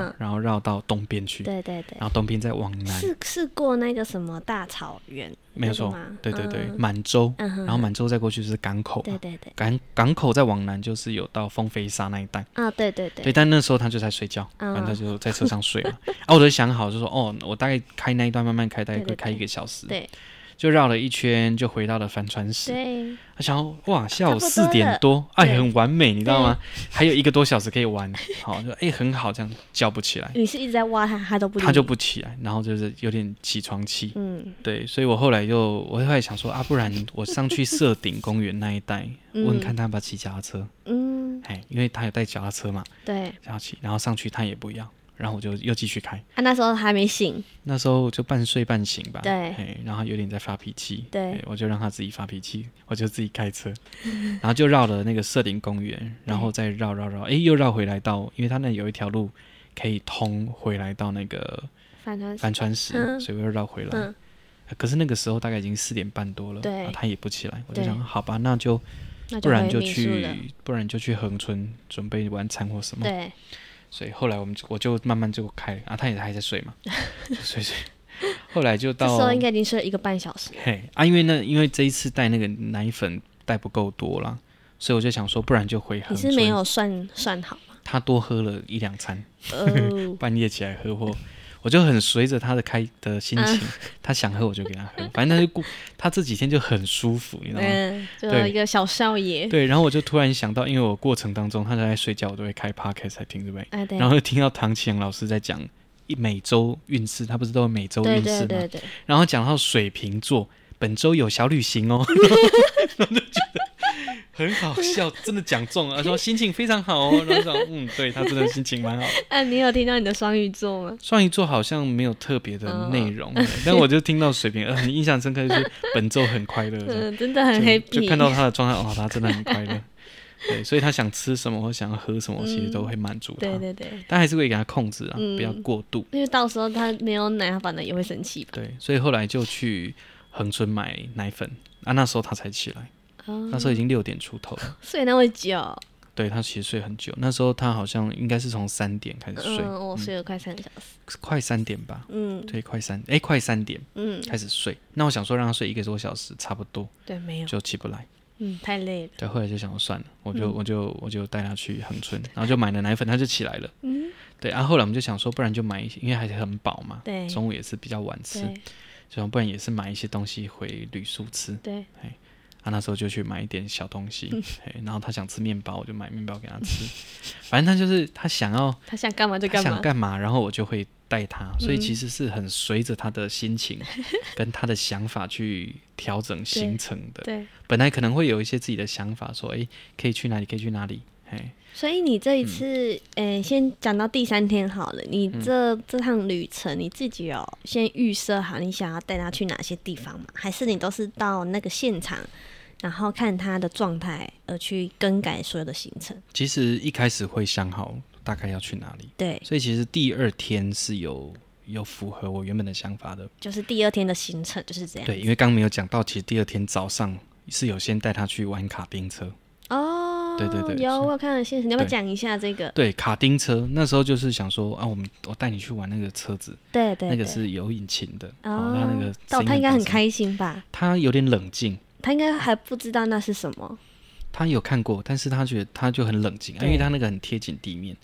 Speaker 1: 嗯
Speaker 2: 然后绕到东边去，
Speaker 1: 对对对
Speaker 2: 然后东边再往南，
Speaker 1: 是是过那个什么大草原，
Speaker 2: 没有
Speaker 1: 那个
Speaker 2: 错
Speaker 1: 吗，
Speaker 2: 对对对，
Speaker 1: 嗯
Speaker 2: 满洲，
Speaker 1: 嗯哼，
Speaker 2: 然后满洲再过去就是港口
Speaker 1: 对
Speaker 2: 嘛，
Speaker 1: 对对，
Speaker 2: 港港口再往南就是有到风飞沙那一带。
Speaker 1: 啊对对对
Speaker 2: 对，，但那时候他就在睡觉，
Speaker 1: 嗯
Speaker 2: 反正他就在车上睡嘛。 [laughs] 啊，我就想好，就说哦，我大概开那一段慢慢开，大概
Speaker 1: 对对
Speaker 2: 会开
Speaker 1: 对
Speaker 2: 一个小时，
Speaker 1: 对
Speaker 2: 就绕了一圈，就回到了帆船石。
Speaker 1: 对
Speaker 2: 他想要哇，下
Speaker 1: 差
Speaker 2: 午
Speaker 1: 不多
Speaker 2: 四点
Speaker 1: 了
Speaker 2: 多，哎，
Speaker 1: 对
Speaker 2: 很完美，你知道吗？还有一个多小时可以玩，好，就哎很好，这样叫不起来，
Speaker 1: 你是一直在挖他，他都不理
Speaker 2: 他就
Speaker 1: 你
Speaker 2: 不起来，然后就是有点起床气，
Speaker 1: 嗯
Speaker 2: 对，所以我后来就我后来想说啊，不然我上去社顶公园那一带
Speaker 1: [laughs]
Speaker 2: 问
Speaker 1: 嗯
Speaker 2: 看他要不要骑脚踏车，
Speaker 1: 嗯
Speaker 2: 哎，因为他有带脚踏车嘛，
Speaker 1: 对，
Speaker 2: 然后骑，然后上去他也不要，然后我就又继续开，
Speaker 1: 他啊那时候还没醒，
Speaker 2: 那时候就半睡半醒吧，
Speaker 1: 对
Speaker 2: 嘿，然后有点在发脾气，
Speaker 1: 对
Speaker 2: 嘿我就让他自己发脾气， [laughs] 我就自己开车，然后就绕了那个社林公
Speaker 1: [laughs]
Speaker 2: 园，然后再绕绕绕，诶，又绕回来到，因为他那有一条路可以通回来到那个
Speaker 1: 反正
Speaker 2: 帆船石，
Speaker 1: 嗯
Speaker 2: 所以我又绕回来。
Speaker 1: 嗯
Speaker 2: 可是那个时候大概已经四点半多了，
Speaker 1: 对
Speaker 2: 然后他也不起来，我就
Speaker 1: 对
Speaker 2: 想，好吧，那就
Speaker 1: 那
Speaker 2: 不然
Speaker 1: 回
Speaker 2: 就
Speaker 1: 民宿了
Speaker 2: 去，不然就去恒春准备晚餐或什么。
Speaker 1: 对
Speaker 2: 所以后来我们就我就慢慢就开了啊，他也还在睡
Speaker 1: [laughs]
Speaker 2: 嘛，就睡睡。后来就
Speaker 1: 这
Speaker 2: 到
Speaker 1: 时候应该已经睡了一个半小时，
Speaker 2: 嘿啊，因为那因为这一次带那个奶粉带不够多啦，所以我就想说，不然就回
Speaker 1: 你
Speaker 2: 恒
Speaker 1: 是
Speaker 2: 春。
Speaker 1: 没有算算
Speaker 2: [laughs]
Speaker 1: 好吗？
Speaker 2: 他多喝了一两餐，，
Speaker 1: 哦
Speaker 2: 半夜起来喝或。我就很随着他的开的心情，
Speaker 1: 嗯
Speaker 2: 他想喝我就给他
Speaker 1: [laughs]
Speaker 2: 喝，反正他就顾他这几天就很舒服，你知道吗？
Speaker 1: 嗯，就
Speaker 2: 对
Speaker 1: 一个小少爷，
Speaker 2: 对，然后我就突然想到，因为我过程当中他在睡觉，我都会开 podcast 才听，对不对？
Speaker 1: 哎对
Speaker 2: 然，后就听到唐启阳老师在讲一每周运势，他不是都有每周
Speaker 1: 对
Speaker 2: 运势
Speaker 1: 对对
Speaker 2: 吗？
Speaker 1: 对，
Speaker 2: 然后讲到水瓶座，本周有小旅
Speaker 1: [laughs]
Speaker 2: 行哦，然后就觉得很好笑，真的讲中了，说心情非常好哦，然后想嗯，对他真的心情
Speaker 1: [laughs]
Speaker 2: 蛮好。
Speaker 1: 啊，你有听到你的双鱼座吗？
Speaker 2: 双鱼座好像没有特别的内容，啊
Speaker 1: 嗯
Speaker 2: 但我就听到水瓶，呃，你印象深刻就是本周很快乐这样。
Speaker 1: 嗯，真的 [laughs] 很
Speaker 2: 就
Speaker 1: happy，
Speaker 2: 就看到他的状态，哦，他真的很快乐。对，所以他想吃什么或想要喝什么，其实都会满足他，
Speaker 1: 嗯对对对，
Speaker 2: 但还是会给他控制啊，不要
Speaker 1: 嗯
Speaker 2: 过度。
Speaker 1: 因为到时候他没有奶，他反正也会生气吧。
Speaker 2: 对，所以后来就去恒春买奶粉啊，那时候他才起来，
Speaker 1: 哦
Speaker 2: 那时候已经六点出头了。
Speaker 1: 睡那么久，
Speaker 2: 对他其实睡很久，那时候他好像应该是从三点开始睡，
Speaker 1: 嗯，我睡了快三个小时，
Speaker 2: 快三点吧。
Speaker 1: 嗯
Speaker 2: 对，快三哎，快三点
Speaker 1: 嗯，
Speaker 2: 开始睡。那我想说让他睡一个多小时，差不多
Speaker 1: 对，没有，
Speaker 2: 就起不来。
Speaker 1: 嗯，太累了，
Speaker 2: 对，后来就想说算了，我就、
Speaker 1: 嗯
Speaker 2: 我就我就带他去恒春，然后就买了奶粉，他就起来了。
Speaker 1: 嗯，
Speaker 2: 对，然、啊、后后来我们就想说，不然就买一些，因为还是很饱嘛，
Speaker 1: 对
Speaker 2: 中午也是比较晚吃，
Speaker 1: 对
Speaker 2: 就想不然也是买一些东西回旅宿吃。
Speaker 1: 对，
Speaker 2: 啊，那时候就去买一点小东西，
Speaker 1: 嗯
Speaker 2: 嘿然后他想吃面包，我就买面包给他吃。反正他就是他想要
Speaker 1: 他想干嘛就
Speaker 2: 他
Speaker 1: 干嘛
Speaker 2: 想，干嘛，然后我就会带他，所以
Speaker 1: 嗯
Speaker 2: 其实是很随着他的
Speaker 1: [laughs]
Speaker 2: 心情跟他的想法去调整行程的。
Speaker 1: 对，
Speaker 2: 本来可能会有一些自己的想法，说诶可以去哪里，可以去哪里，嘿，
Speaker 1: 所以你这一次，
Speaker 2: 嗯
Speaker 1: 诶、先讲到第三天好了。你这、这趟旅程，你自己有先预设好你想要带他去哪些地方吗？还是你都是到那个现场，然后看他的状态而去更改所有的行程？
Speaker 2: 其实一开始会想好大概要去哪里，
Speaker 1: 对，
Speaker 2: 所以其实第二天是有有符合我原本的想法的。
Speaker 1: 就是第二天的行程就是这样。
Speaker 2: 对，因为刚没有讲到，其实第二天早上是有先带他去玩卡丁车，
Speaker 1: 哦，哦，
Speaker 2: 对对对
Speaker 1: 有
Speaker 2: 是
Speaker 1: 我有看到现实，你要不要
Speaker 2: 对
Speaker 1: 讲一下这个？
Speaker 2: 对，卡丁车那时候就是想说啊，我们我带你去玩那个车子，
Speaker 1: 对对，
Speaker 2: 那个
Speaker 1: 对
Speaker 2: 是有引擎的，
Speaker 1: 哦，
Speaker 2: 它那个
Speaker 1: 但
Speaker 2: 声音
Speaker 1: 他应该很
Speaker 2: 大声，
Speaker 1: 开心吧？
Speaker 2: 他有点冷静。
Speaker 1: 他应该还不知道那是什么。
Speaker 2: 他有看过，但是他觉得他就很冷静，啊
Speaker 1: 对嗯
Speaker 2: 因为他那个很贴近地面。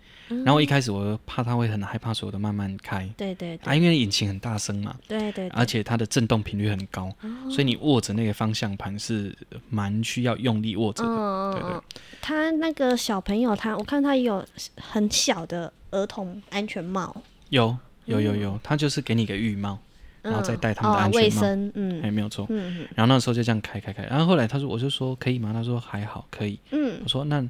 Speaker 2: 然后一开始我怕他会很害怕，所以我都慢慢开
Speaker 1: 对对
Speaker 2: 啊，
Speaker 1: 对
Speaker 2: 因为引擎很大声嘛，
Speaker 1: 对对，哦
Speaker 2: 而
Speaker 1: 且
Speaker 2: 且它的震动频率很高，所以你握着那个方向盘是蛮需要用力握着的。
Speaker 1: 嗯
Speaker 2: 对对
Speaker 1: 嗯，他那个小朋友，他我看他有很小的儿童安全帽，
Speaker 2: 有有有
Speaker 1: 嗯
Speaker 2: 有，他就是给你个浴帽，然后再戴他们的
Speaker 1: 哦
Speaker 2: 安全
Speaker 1: 卫
Speaker 2: 帽
Speaker 1: 生，
Speaker 2: 哎、
Speaker 1: 嗯
Speaker 2: 没有错。
Speaker 1: 嗯
Speaker 2: 然后那时候就这样开开开，然后后来他说，我就说可以吗？他说还好，可以。
Speaker 1: 嗯，
Speaker 2: 我说那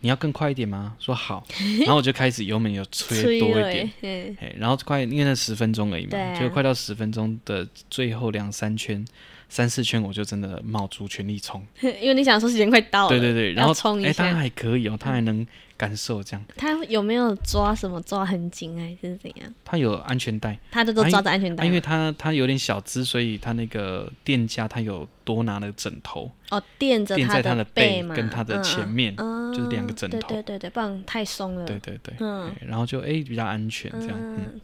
Speaker 2: 你要更快一点吗？
Speaker 1: [laughs]
Speaker 2: 说好，然后我就开始油门有吹多一点，
Speaker 1: 点，
Speaker 2: 哎，然后快，因为那十分钟而已嘛，
Speaker 1: 对啊
Speaker 2: 就快到十分钟的最后两三圈、三四圈，我就真的冒足全力冲。
Speaker 1: 嘿 [laughs] 因为你想说时间快到了，
Speaker 2: 对对对，然后
Speaker 1: 哦要冲一嗯
Speaker 2: 哎，他
Speaker 1: 下。
Speaker 2: 还可以哦，他还能感受这样，
Speaker 1: 他有没有抓什么抓很紧啊还是怎样？
Speaker 2: 他有安全带，
Speaker 1: 他都都
Speaker 2: 啊因
Speaker 1: 抓着安全带
Speaker 2: 啊、
Speaker 1: 吗，
Speaker 2: 因为他他有点小资，所以他那个店家他有多拿了枕头
Speaker 1: 哦垫着
Speaker 2: 垫在
Speaker 1: 的
Speaker 2: 的背
Speaker 1: 嘛，
Speaker 2: 跟他的
Speaker 1: 嗯
Speaker 2: 前
Speaker 1: 嗯
Speaker 2: 面，
Speaker 1: 嗯
Speaker 2: 就是两个枕头
Speaker 1: 对对对对，不然太松了。
Speaker 2: 对对对，
Speaker 1: 嗯
Speaker 2: 哎然后就哎比较安全这样，嗯，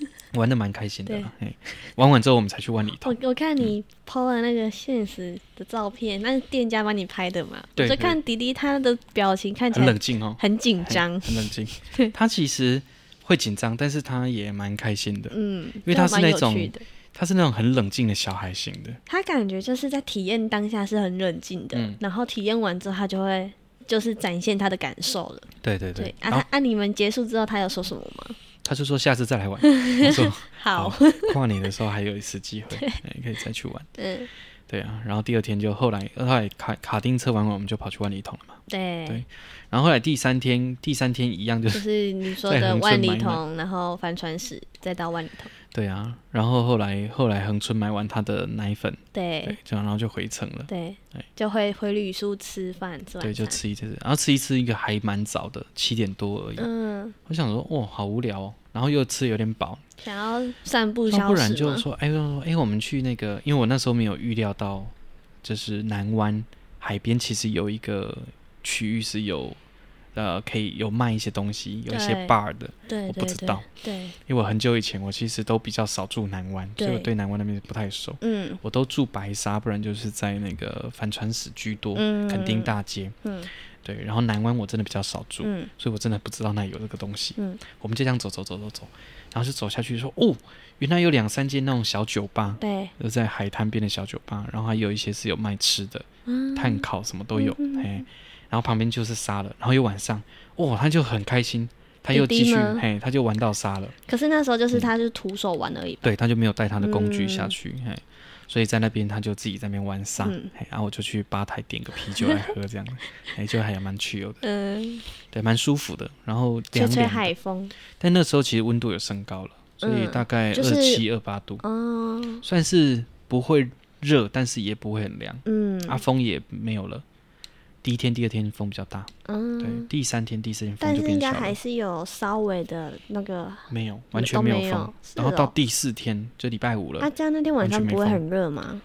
Speaker 1: 嗯，
Speaker 2: 玩的蛮开心的啦，哎，玩完之后我们才去万里
Speaker 1: 我
Speaker 2: 通，
Speaker 1: 我看你 PO 了那个现实的照片，那是店家帮你拍的嘛？
Speaker 2: 对
Speaker 1: 我就
Speaker 2: 对
Speaker 1: 看迪迪他的表情看起
Speaker 2: 很
Speaker 1: 来
Speaker 2: 冷静哦，
Speaker 1: 很紧张，
Speaker 2: 很冷
Speaker 1: [laughs]
Speaker 2: 静。他其实会紧张，但是他也蛮开心的。
Speaker 1: 嗯，因
Speaker 2: 为他是那种
Speaker 1: 的，
Speaker 2: 他是那种很冷静的小孩型的，
Speaker 1: 他感觉就是在体验当下是很冷静的，
Speaker 2: 嗯
Speaker 1: 然后体验完之后他就会。就是展现他的感受了，
Speaker 2: 对对对。
Speaker 1: 对啊，
Speaker 2: 然
Speaker 1: 他
Speaker 2: 后
Speaker 1: 啊，你们结束之后他有说什么吗？
Speaker 2: 他就说下次再
Speaker 1: [laughs]
Speaker 2: 来玩。我说
Speaker 1: 好，， [laughs]
Speaker 2: 跨年的时候还有一次机会，哎可以再去玩。
Speaker 1: 嗯，
Speaker 2: 对啊，然后第二天就后来后来卡卡丁车玩完，我们就跑去万里桶了嘛。对
Speaker 1: 对，
Speaker 2: 然后后来第三天第三天一样就
Speaker 1: 就是是你说
Speaker 2: 在
Speaker 1: 的
Speaker 2: 横
Speaker 1: 万
Speaker 2: 村买
Speaker 1: 里
Speaker 2: 一买
Speaker 1: 通，然后帆船史，再到万里通，
Speaker 2: 对啊，然后后来后来恒春买完他的奶粉，
Speaker 1: 对
Speaker 2: 对，这样然后就回程了。
Speaker 1: 对
Speaker 2: 对，
Speaker 1: 就会回旅宿吃饭，吃晚
Speaker 2: 对，就
Speaker 1: 餐
Speaker 2: 吃一次，然后吃一次一个还蛮早的，七点多而已。
Speaker 1: 嗯，
Speaker 2: 我想说，哇，好无聊哦，然后又吃有点饱，
Speaker 1: 想要散步
Speaker 2: 那
Speaker 1: 消
Speaker 2: 不
Speaker 1: 食
Speaker 2: 然就
Speaker 1: 吗
Speaker 2: 说，哎，就说，哎，我们去那个，因为我那时候没有预料到，就是南湾海边其实有一个区域是有，呃，可以有卖一些东西，有一些
Speaker 1: 对
Speaker 2: bar 的。
Speaker 1: 对
Speaker 2: 我
Speaker 1: 对
Speaker 2: 不知
Speaker 1: 对
Speaker 2: 道
Speaker 1: 对，
Speaker 2: 因为我很久以前我其实都比较少住南湾，所以我
Speaker 1: 对
Speaker 2: 对南湾那边不太熟，
Speaker 1: 嗯
Speaker 2: 我都住白沙，不然就是在那个帆船室居多，
Speaker 1: 嗯，
Speaker 2: 垦丁大街。
Speaker 1: 嗯
Speaker 2: 对，然后南湾我真的比较少住，
Speaker 1: 嗯
Speaker 2: 所以我真的不知道那里有这个东西。
Speaker 1: 嗯，
Speaker 2: 我们就这样走走走走走，然后就走下去说，哦，原来有两三间那种小酒吧，
Speaker 1: 对，
Speaker 2: 就在海滩边的小酒吧，然后还有一些是有卖吃的，
Speaker 1: 嗯
Speaker 2: 炭烤什么都有，
Speaker 1: 嗯嗯嗯
Speaker 2: 嘿，然后旁边就是沙了，然后又晚上，哦，他就很开心，他又
Speaker 1: 弟
Speaker 2: 继
Speaker 1: 弟
Speaker 2: 续，
Speaker 1: 吗
Speaker 2: 嘿，他就玩到沙了，
Speaker 1: 可是那时候就是他是徒手玩而已吧，
Speaker 2: 对，他就没有带他的工具下
Speaker 1: 嗯
Speaker 2: 去，嘿。所以在那边他就自己在那边玩沙，
Speaker 1: 嗯
Speaker 2: 嘿，然后我就去吧台点个啤酒来喝，这样， [laughs] 哎，就还蛮 chill 的，
Speaker 1: 嗯，
Speaker 2: 对，蛮舒服的。然后
Speaker 1: 吹
Speaker 2: 凉
Speaker 1: 吹
Speaker 2: 凉的
Speaker 1: 海风，
Speaker 2: 但那时候其实温度有升高了，所以
Speaker 1: 嗯
Speaker 2: 大概
Speaker 1: 就
Speaker 2: 二
Speaker 1: 是
Speaker 2: 七二八度，
Speaker 1: 哦，
Speaker 2: 算是不会热，但是也不会很凉。
Speaker 1: 嗯
Speaker 2: 啊，风也没有了。第一天、第二天风比较大，对，
Speaker 1: 嗯，
Speaker 2: 第三天、第四天风
Speaker 1: 但
Speaker 2: 就是变
Speaker 1: 应
Speaker 2: 小
Speaker 1: 该还
Speaker 2: 了，
Speaker 1: 是有稍微的那个，
Speaker 2: 没有，完
Speaker 1: 都
Speaker 2: 全
Speaker 1: 没有
Speaker 2: 风。
Speaker 1: 是
Speaker 2: 然后到
Speaker 1: 哦
Speaker 2: 第四天，就礼拜五
Speaker 1: 啊，
Speaker 2: 了，
Speaker 1: 这样那天晚
Speaker 2: 完全
Speaker 1: 上
Speaker 2: 没
Speaker 1: 不会
Speaker 2: 风
Speaker 1: 很热吗？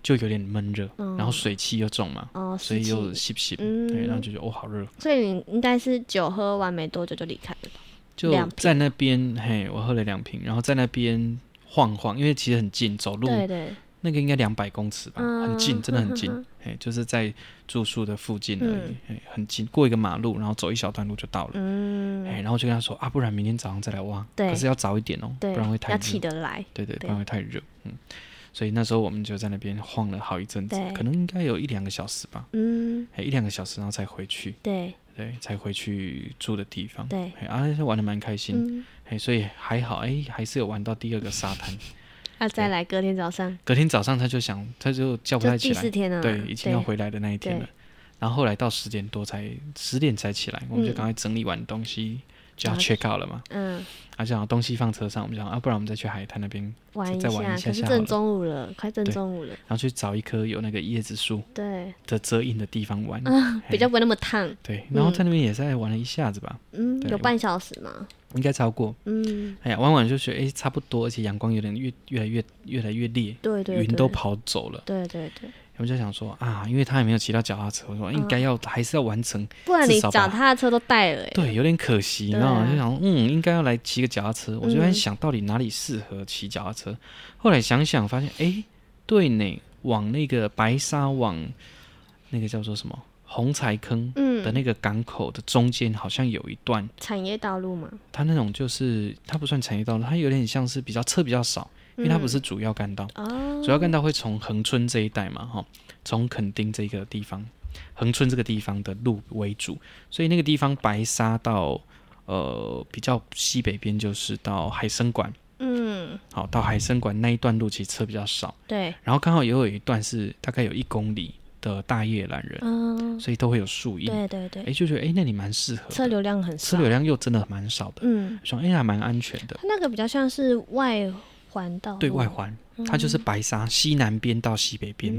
Speaker 2: 就有点闷热，然后
Speaker 1: 嗯
Speaker 2: 水汽又重嘛，
Speaker 1: 哦，
Speaker 2: 所以
Speaker 1: 湿
Speaker 2: 又
Speaker 1: 气
Speaker 2: 吸不吸，对，
Speaker 1: 嗯
Speaker 2: 然后就觉得哦好热，
Speaker 1: 所以你应该是酒喝完没多久就离开了吧？
Speaker 2: 就
Speaker 1: 两
Speaker 2: 在那边，嘿，我喝了两瓶，然后在那边晃晃，因为其实很近，走路
Speaker 1: 对对，
Speaker 2: 那个应该两百公尺吧，很近，
Speaker 1: 嗯
Speaker 2: 真的很
Speaker 1: 哼 [laughs]
Speaker 2: 近
Speaker 1: 哼，
Speaker 2: 哎、就是在住宿的附近而
Speaker 1: 嗯
Speaker 2: 已，哎、很近，过一个马路，然后走一小段路就到了，哎、
Speaker 1: 嗯，
Speaker 2: 然后就跟他说啊，不然明天早上再来挖，
Speaker 1: 对
Speaker 2: 可是要早一点哦，不
Speaker 1: 对，
Speaker 2: 然会太
Speaker 1: 要
Speaker 2: 热，
Speaker 1: 起得来，
Speaker 2: 对对，不
Speaker 1: 对
Speaker 2: 然会太热，嗯，所以那时候我们就在那边晃了好一阵子
Speaker 1: 对，
Speaker 2: 可能应该有一两个小时吧，
Speaker 1: 嗯，
Speaker 2: 哎、一两个小时，然后才回去，
Speaker 1: 对
Speaker 2: 对，才回去住的地方，
Speaker 1: 对，
Speaker 2: 哎、啊，玩的蛮开心，
Speaker 1: 嗯，
Speaker 2: 哎、所以还好，哎、还是有玩到第二个沙滩，
Speaker 1: 那再来隔天早上，
Speaker 2: 隔天早上他就想，他就叫不
Speaker 1: 就
Speaker 2: 太起
Speaker 1: 第
Speaker 2: 来
Speaker 1: 四。天了嘛，
Speaker 2: 对，已经要回来的那一天了
Speaker 1: 嗯对。
Speaker 2: 然后后来到十点多才十点才起来，我们就
Speaker 1: 嗯
Speaker 2: 赶快整理完东西、就
Speaker 1: 然
Speaker 2: 要
Speaker 1: 后
Speaker 2: check out 了嘛。
Speaker 1: 嗯，
Speaker 2: 啊，想要东西放车上，我们想啊，不然我们再去海滩那边，
Speaker 1: 玩一
Speaker 2: 再玩一下
Speaker 1: 可是
Speaker 2: 下好
Speaker 1: 正
Speaker 2: 了
Speaker 1: 中午了，快正
Speaker 2: 对
Speaker 1: 中午了，
Speaker 2: 然后去找一棵有那个椰子树
Speaker 1: 对，
Speaker 2: 的遮荫的地方玩。
Speaker 1: 啊，
Speaker 2: 嘿
Speaker 1: 比较不会那么烫，
Speaker 2: 对，然后在那边也在玩了一下子吧，
Speaker 1: 嗯，
Speaker 2: 对
Speaker 1: 有
Speaker 2: 我
Speaker 1: 半小时嘛，
Speaker 2: 应该超过。
Speaker 1: 嗯，
Speaker 2: 哎呀，玩完就觉得哎差不多，而且阳光有点越越来越越来越烈，
Speaker 1: 对对，
Speaker 2: 云
Speaker 1: 对
Speaker 2: 都跑走了。
Speaker 1: 对对对，
Speaker 2: 我就想说啊，因为他也没有骑到脚踏车，我说
Speaker 1: 嗯
Speaker 2: 应该要、还是要完成，
Speaker 1: 不然你
Speaker 2: 至少吧
Speaker 1: 脚踏车都带了、欸，
Speaker 2: 对，有点可惜，你知道吗？就想说嗯，应该要来骑个脚踏车。我就在想到底哪里适合骑脚踏车，后来想想发现，哎，对呢，往那个白沙往那个叫做什么红柴坑
Speaker 1: 嗯
Speaker 2: 的那个港口的中间，好像有一段，
Speaker 1: 产业道路嘛，
Speaker 2: 它那种就是它不算产业道路，它有点像是比较车比较少，因为它不是主要干道。
Speaker 1: 嗯哦，
Speaker 2: 主要干道会从恒春这一带嘛，哈，从垦丁这个地方，恒春这个地方的路为主，所以那个地方白沙到呃比较西北边就是到海参馆，
Speaker 1: 嗯，
Speaker 2: 好，到海参馆那一段路其实车比较少，
Speaker 1: 对，
Speaker 2: 然后刚好也有一段是大概有一公里的大叶兰人，
Speaker 1: 嗯，
Speaker 2: 所以都会有树荫，
Speaker 1: 对对对，
Speaker 2: 哎，就觉得哎那里蛮适合的，
Speaker 1: 车流量很
Speaker 2: 车
Speaker 1: 少，
Speaker 2: 流量又真的蛮少的，
Speaker 1: 嗯，
Speaker 2: 想哎还蛮安全的，
Speaker 1: 它那个比较像是外环道路，
Speaker 2: 对外环，
Speaker 1: 嗯
Speaker 2: 它就是白沙西南边到西北边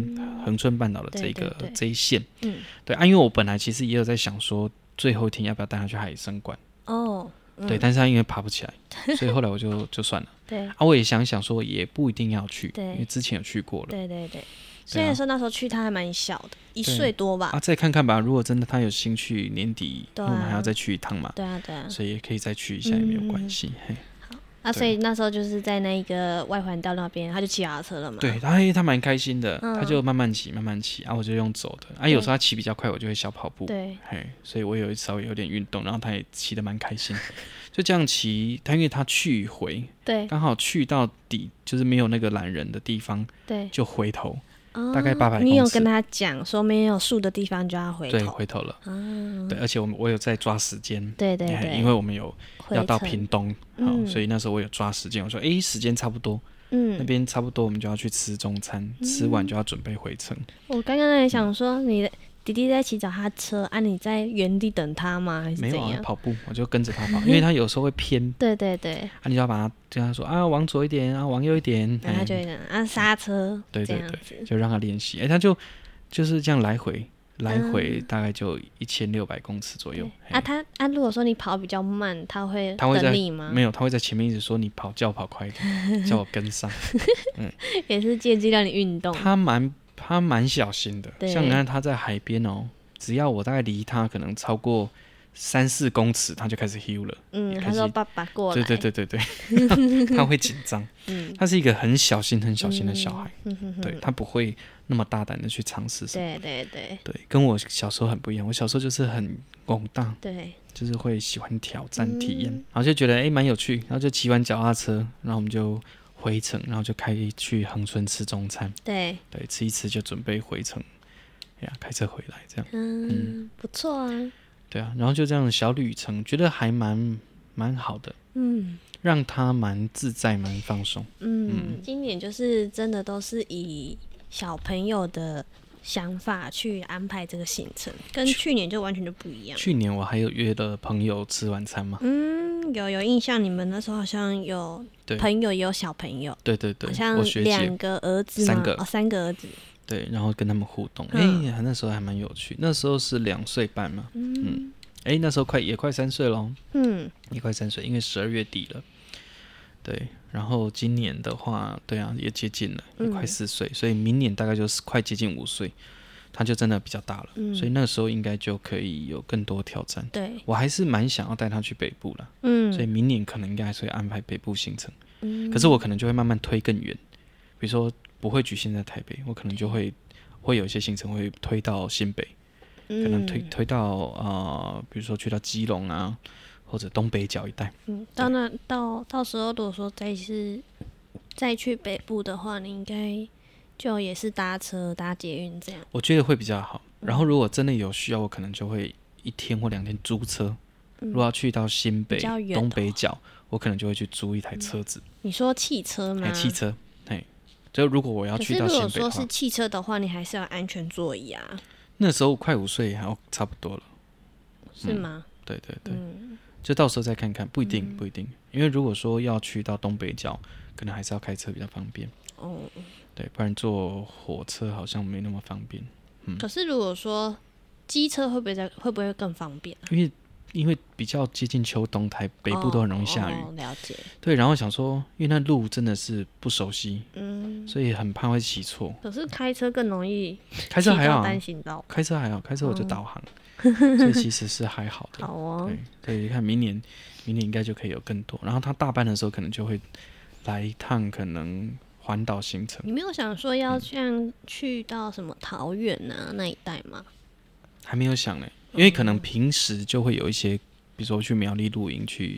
Speaker 2: 恒春半岛的这
Speaker 1: 对
Speaker 2: 一个
Speaker 1: 嗯对对
Speaker 2: 这一线。
Speaker 1: 嗯，
Speaker 2: 对啊，因为我本来其实也有在想说，最后一天要不要带他去海参馆？
Speaker 1: 哦，嗯
Speaker 2: 对，但是他因为爬不起
Speaker 1: [laughs]
Speaker 2: 来，所以后来我就就算了。
Speaker 1: 对
Speaker 2: 啊，我也想想说，也不一定要去，
Speaker 1: 对
Speaker 2: 因为之前有去过了。
Speaker 1: 对对对，虽然说那时候去他还蛮小的，一
Speaker 2: 啊对
Speaker 1: 岁多吧
Speaker 2: 啊，，再看看吧。如果真的他有兴趣，年底因
Speaker 1: 对
Speaker 2: 为我们还要
Speaker 1: 啊
Speaker 2: 再去一趟嘛，
Speaker 1: 对啊对啊，
Speaker 2: 所以也可以再去一下，也没有关系。嘿
Speaker 1: 啊，
Speaker 2: 对
Speaker 1: 所以那时候就是在那一个外环道那边，他就骑脚踏车了嘛，
Speaker 2: 对他，嘿他蛮开心的，
Speaker 1: 嗯
Speaker 2: 他就慢慢骑，慢慢骑，啊，我就用走的。啊，有时候他骑比较快，我就会小跑步。
Speaker 1: 对，
Speaker 2: 嘿，所以我有一稍微有点运动，然后他也骑得蛮开心， [laughs] 就这样骑。他因为他去回
Speaker 1: 对
Speaker 2: 刚好去到底，就是没有那个懒人的地方，
Speaker 1: 对，
Speaker 2: 就回头，
Speaker 1: 哦
Speaker 2: 大概800
Speaker 1: 你有
Speaker 2: 公尺
Speaker 1: 跟他讲说没有树的地方就要回
Speaker 2: 对，
Speaker 1: 头，
Speaker 2: 回头了。
Speaker 1: 啊，
Speaker 2: 对，而且我们我有在抓时间，
Speaker 1: 对对
Speaker 2: 哎
Speaker 1: 对，
Speaker 2: 因为我们有
Speaker 1: 回
Speaker 2: 要到
Speaker 1: 程
Speaker 2: 屏，东，好、
Speaker 1: 嗯
Speaker 2: 所以那时候我有抓时间，我说诶，时间差不多，那
Speaker 1: 嗯，
Speaker 2: 边差不多，我们就要去吃中餐，吃完就要准备回程。
Speaker 1: 我刚刚也想说你的。弟弟在骑脚踏车啊？你在原地等他吗？还是
Speaker 2: 没
Speaker 1: 怎
Speaker 2: 有啊，
Speaker 1: 样？
Speaker 2: 跑步我就跟着他
Speaker 1: [laughs]
Speaker 2: 跑，因为他有时候会偏，
Speaker 1: 对对对，
Speaker 2: 啊，你就要把他跟他说啊，往左一点啊，往右一点，
Speaker 1: 然后他
Speaker 2: 哎
Speaker 1: 就会这样啊刹车，
Speaker 2: 对
Speaker 1: 这
Speaker 2: 对
Speaker 1: 样
Speaker 2: 对，
Speaker 1: 子，
Speaker 2: 就让他练习。哎、他就就是这样来回来回
Speaker 1: 嗯
Speaker 2: 大概就一千六百公尺左右
Speaker 1: 对。
Speaker 2: 嘿
Speaker 1: 啊，他啊，如果说你跑比较慢，他会
Speaker 2: 他会在
Speaker 1: 等你吗？
Speaker 2: 没有，他会在前面一直说你跑，叫我跑快
Speaker 1: [laughs]
Speaker 2: 一点，叫我跟上。
Speaker 1: 哦也是借机让你运动。
Speaker 2: 他蛮他蛮小心的，
Speaker 1: 对
Speaker 2: 像你看他在海边哦，只要我大概离他可能超过三四公尺，他就开始 heal 了。
Speaker 1: 嗯，
Speaker 2: 也
Speaker 1: 他
Speaker 2: 开始
Speaker 1: 说爸爸过来。
Speaker 2: 对对对对对，
Speaker 1: [laughs]
Speaker 2: 他会紧张。
Speaker 1: 嗯，
Speaker 2: 他是一个很小心很小心的小孩，
Speaker 1: 嗯哼哼
Speaker 2: 对他不会那么大胆的去尝试什么。
Speaker 1: 对对对
Speaker 2: 对，跟我小时候很不一样。我小时候就是很广大，
Speaker 1: 对，
Speaker 2: 就是会喜欢挑战体验，
Speaker 1: 嗯
Speaker 2: 然后就觉得诶蛮有趣，然后就骑完脚踏车，然后我们就回程，然后就开去恒春吃中餐，
Speaker 1: 对，
Speaker 2: 对，吃一吃就准备回程，哎呀，开车回来这样，
Speaker 1: 嗯，不错啊，
Speaker 2: 对啊，然后就这样的小旅程，觉得还蛮蛮好的，
Speaker 1: 嗯
Speaker 2: 让他蛮自在，蛮放松，
Speaker 1: 嗯，今年就是真的都是以小朋友的想法去安排这个行程，跟去年就完全就不一样。
Speaker 2: 去年我还有约了朋友吃晚餐嘛，
Speaker 1: 嗯，有有印象，你们那时候好像有
Speaker 2: 对
Speaker 1: 朋友也有小朋友，
Speaker 2: 对对对
Speaker 1: 好，像
Speaker 2: 我学姐
Speaker 1: 两个儿子吗？
Speaker 2: 三个
Speaker 1: 哦，三个儿子，
Speaker 2: 对，然后跟他们互动，哎、
Speaker 1: 嗯
Speaker 2: 那时候还蛮有趣，那时候是两岁半嘛，
Speaker 1: 嗯
Speaker 2: 哎、那时候快也快三岁喽。
Speaker 1: 嗯
Speaker 2: 一块三岁，因为十二月底了，对。然后今年的话，对啊，也接近了，也快
Speaker 1: 嗯
Speaker 2: 四岁，所以明年大概就是快接近五岁，他就真的比较大了，
Speaker 1: 嗯，
Speaker 2: 所以那时候应该就可以有更多挑战。
Speaker 1: 对，
Speaker 2: 我还是蛮想要带他去北部啦，
Speaker 1: 嗯，
Speaker 2: 所以明年可能应该还是会安排北部行程，
Speaker 1: 嗯
Speaker 2: 可是我可能就会慢慢推更远，比如说不会局限在台北，我可能就会会有一些行程会推到新北，可能推
Speaker 1: 嗯
Speaker 2: 推到呃，比如说去到基隆啊，或者东北角一带。
Speaker 1: 嗯，到那到到时候如果说再是再去北部的话，你应该就也是搭车搭捷运这样。
Speaker 2: 我觉得会比较好。
Speaker 1: 嗯
Speaker 2: 然后如果真的有需要，我可能就会一天或两天租车。如果要去到新北
Speaker 1: 嗯比较远的
Speaker 2: 东北角，我可能就会去租一台车子，
Speaker 1: 你说汽车吗？
Speaker 2: 哎，汽。车，哎，就如果我要
Speaker 1: 嗯可是
Speaker 2: 去
Speaker 1: 如
Speaker 2: 到
Speaker 1: 果
Speaker 2: 新北的
Speaker 1: 说
Speaker 2: 话
Speaker 1: 是，汽车的话，你还是要安全座椅啊，
Speaker 2: 那时候快五岁，还要差不多了。
Speaker 1: 是
Speaker 2: 嗯
Speaker 1: 吗？
Speaker 2: 对对对，
Speaker 1: 嗯，
Speaker 2: 就到时候再看看，不一定不一定，因为如果说要去到东北角，可能还是要开车比较方便，
Speaker 1: 哦。
Speaker 2: 对，不然坐火车好像没那么方便，
Speaker 1: 可是如果说机车会不会再会不会更方便啊？
Speaker 2: 因为因为比较接近秋冬，台北部都很容易下雨。
Speaker 3: 哦哦了解，
Speaker 2: 对，然后想说，因为那路真的是不熟悉，
Speaker 1: 嗯，
Speaker 2: 所以很怕会骑错。
Speaker 1: 可是开车更容易
Speaker 2: 开车
Speaker 1: 骑
Speaker 2: 还
Speaker 1: 到
Speaker 2: 好啊，
Speaker 1: 单行道。
Speaker 2: 开车还好，开车我就
Speaker 1: 哦 [laughs]
Speaker 2: 导航，所以其实是还好的。
Speaker 1: 好哦，
Speaker 2: 对，所以看明年，明年应该就可以有更多。然后他大班的时候可能就会来一趟，可能环岛行程。
Speaker 1: 你没有想说要像去到什么桃园啊那一带吗？
Speaker 2: 还没有想呢，因为可
Speaker 1: 嗯
Speaker 2: 能平时就会有一些，比如说去苗栗露营、去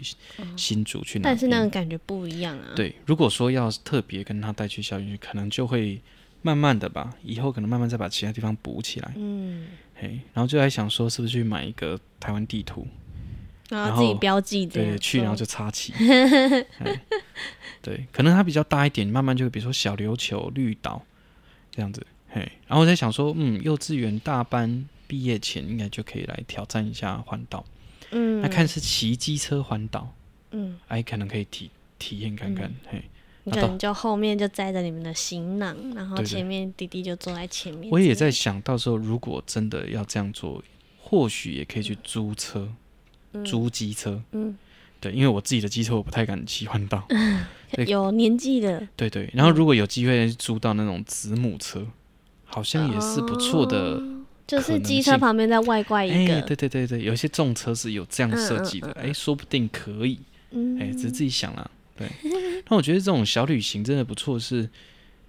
Speaker 2: 新竹、去哪边。
Speaker 1: 哦但是那种感觉不一样啊。，
Speaker 2: 对，如果说要特别跟他带去校园，可能就会慢慢的吧，以后可能慢慢再把其他地方补起来。
Speaker 1: 嗯，
Speaker 2: 嘿，然后就在想说，是不是去买一个台湾地图？
Speaker 1: 然
Speaker 2: 然
Speaker 1: 啊后自己
Speaker 2: 后
Speaker 1: 标记这样
Speaker 2: 对，
Speaker 1: 说，
Speaker 2: 去然后就
Speaker 1: [laughs]
Speaker 2: 插旗。嗯对，可能它比较大一点，慢慢就比如说小琉球、绿岛这样子。嘿，然后我在想说，嗯，幼稚园大班毕业前应该就可以来挑战一下环岛。
Speaker 1: 嗯，
Speaker 2: 那看是骑机车环岛，
Speaker 1: 嗯，
Speaker 2: 哎，可能可以体体验看看。嘿，
Speaker 1: 你
Speaker 2: 那
Speaker 1: 可
Speaker 2: 啊到
Speaker 1: 能就后面就载着你们的行囊，然后
Speaker 2: 对对
Speaker 1: 前面弟弟就坐在前面之类的。
Speaker 2: 我也在想到时候如果真的要这样做，或许也可以去租车，租机车。
Speaker 1: 嗯，
Speaker 2: 对，因为我自己的机车我不太敢骑环岛。对
Speaker 1: 有年纪的，
Speaker 2: 对对，
Speaker 1: 嗯
Speaker 2: 然后如果有机会租到那种子母车，好像也是不错的。
Speaker 1: 哦就
Speaker 2: 可
Speaker 1: 是
Speaker 2: 能
Speaker 1: 机车
Speaker 2: 性哎
Speaker 1: 旁边再外挂一个，
Speaker 2: 对对对对，有一些重车是有这样设计的，
Speaker 1: 嗯嗯
Speaker 2: 哎、说不定可以。
Speaker 1: 嗯，
Speaker 2: 哎、只是自己想啦。
Speaker 1: [laughs]
Speaker 2: 对，那我觉得这种小旅行真的不错，是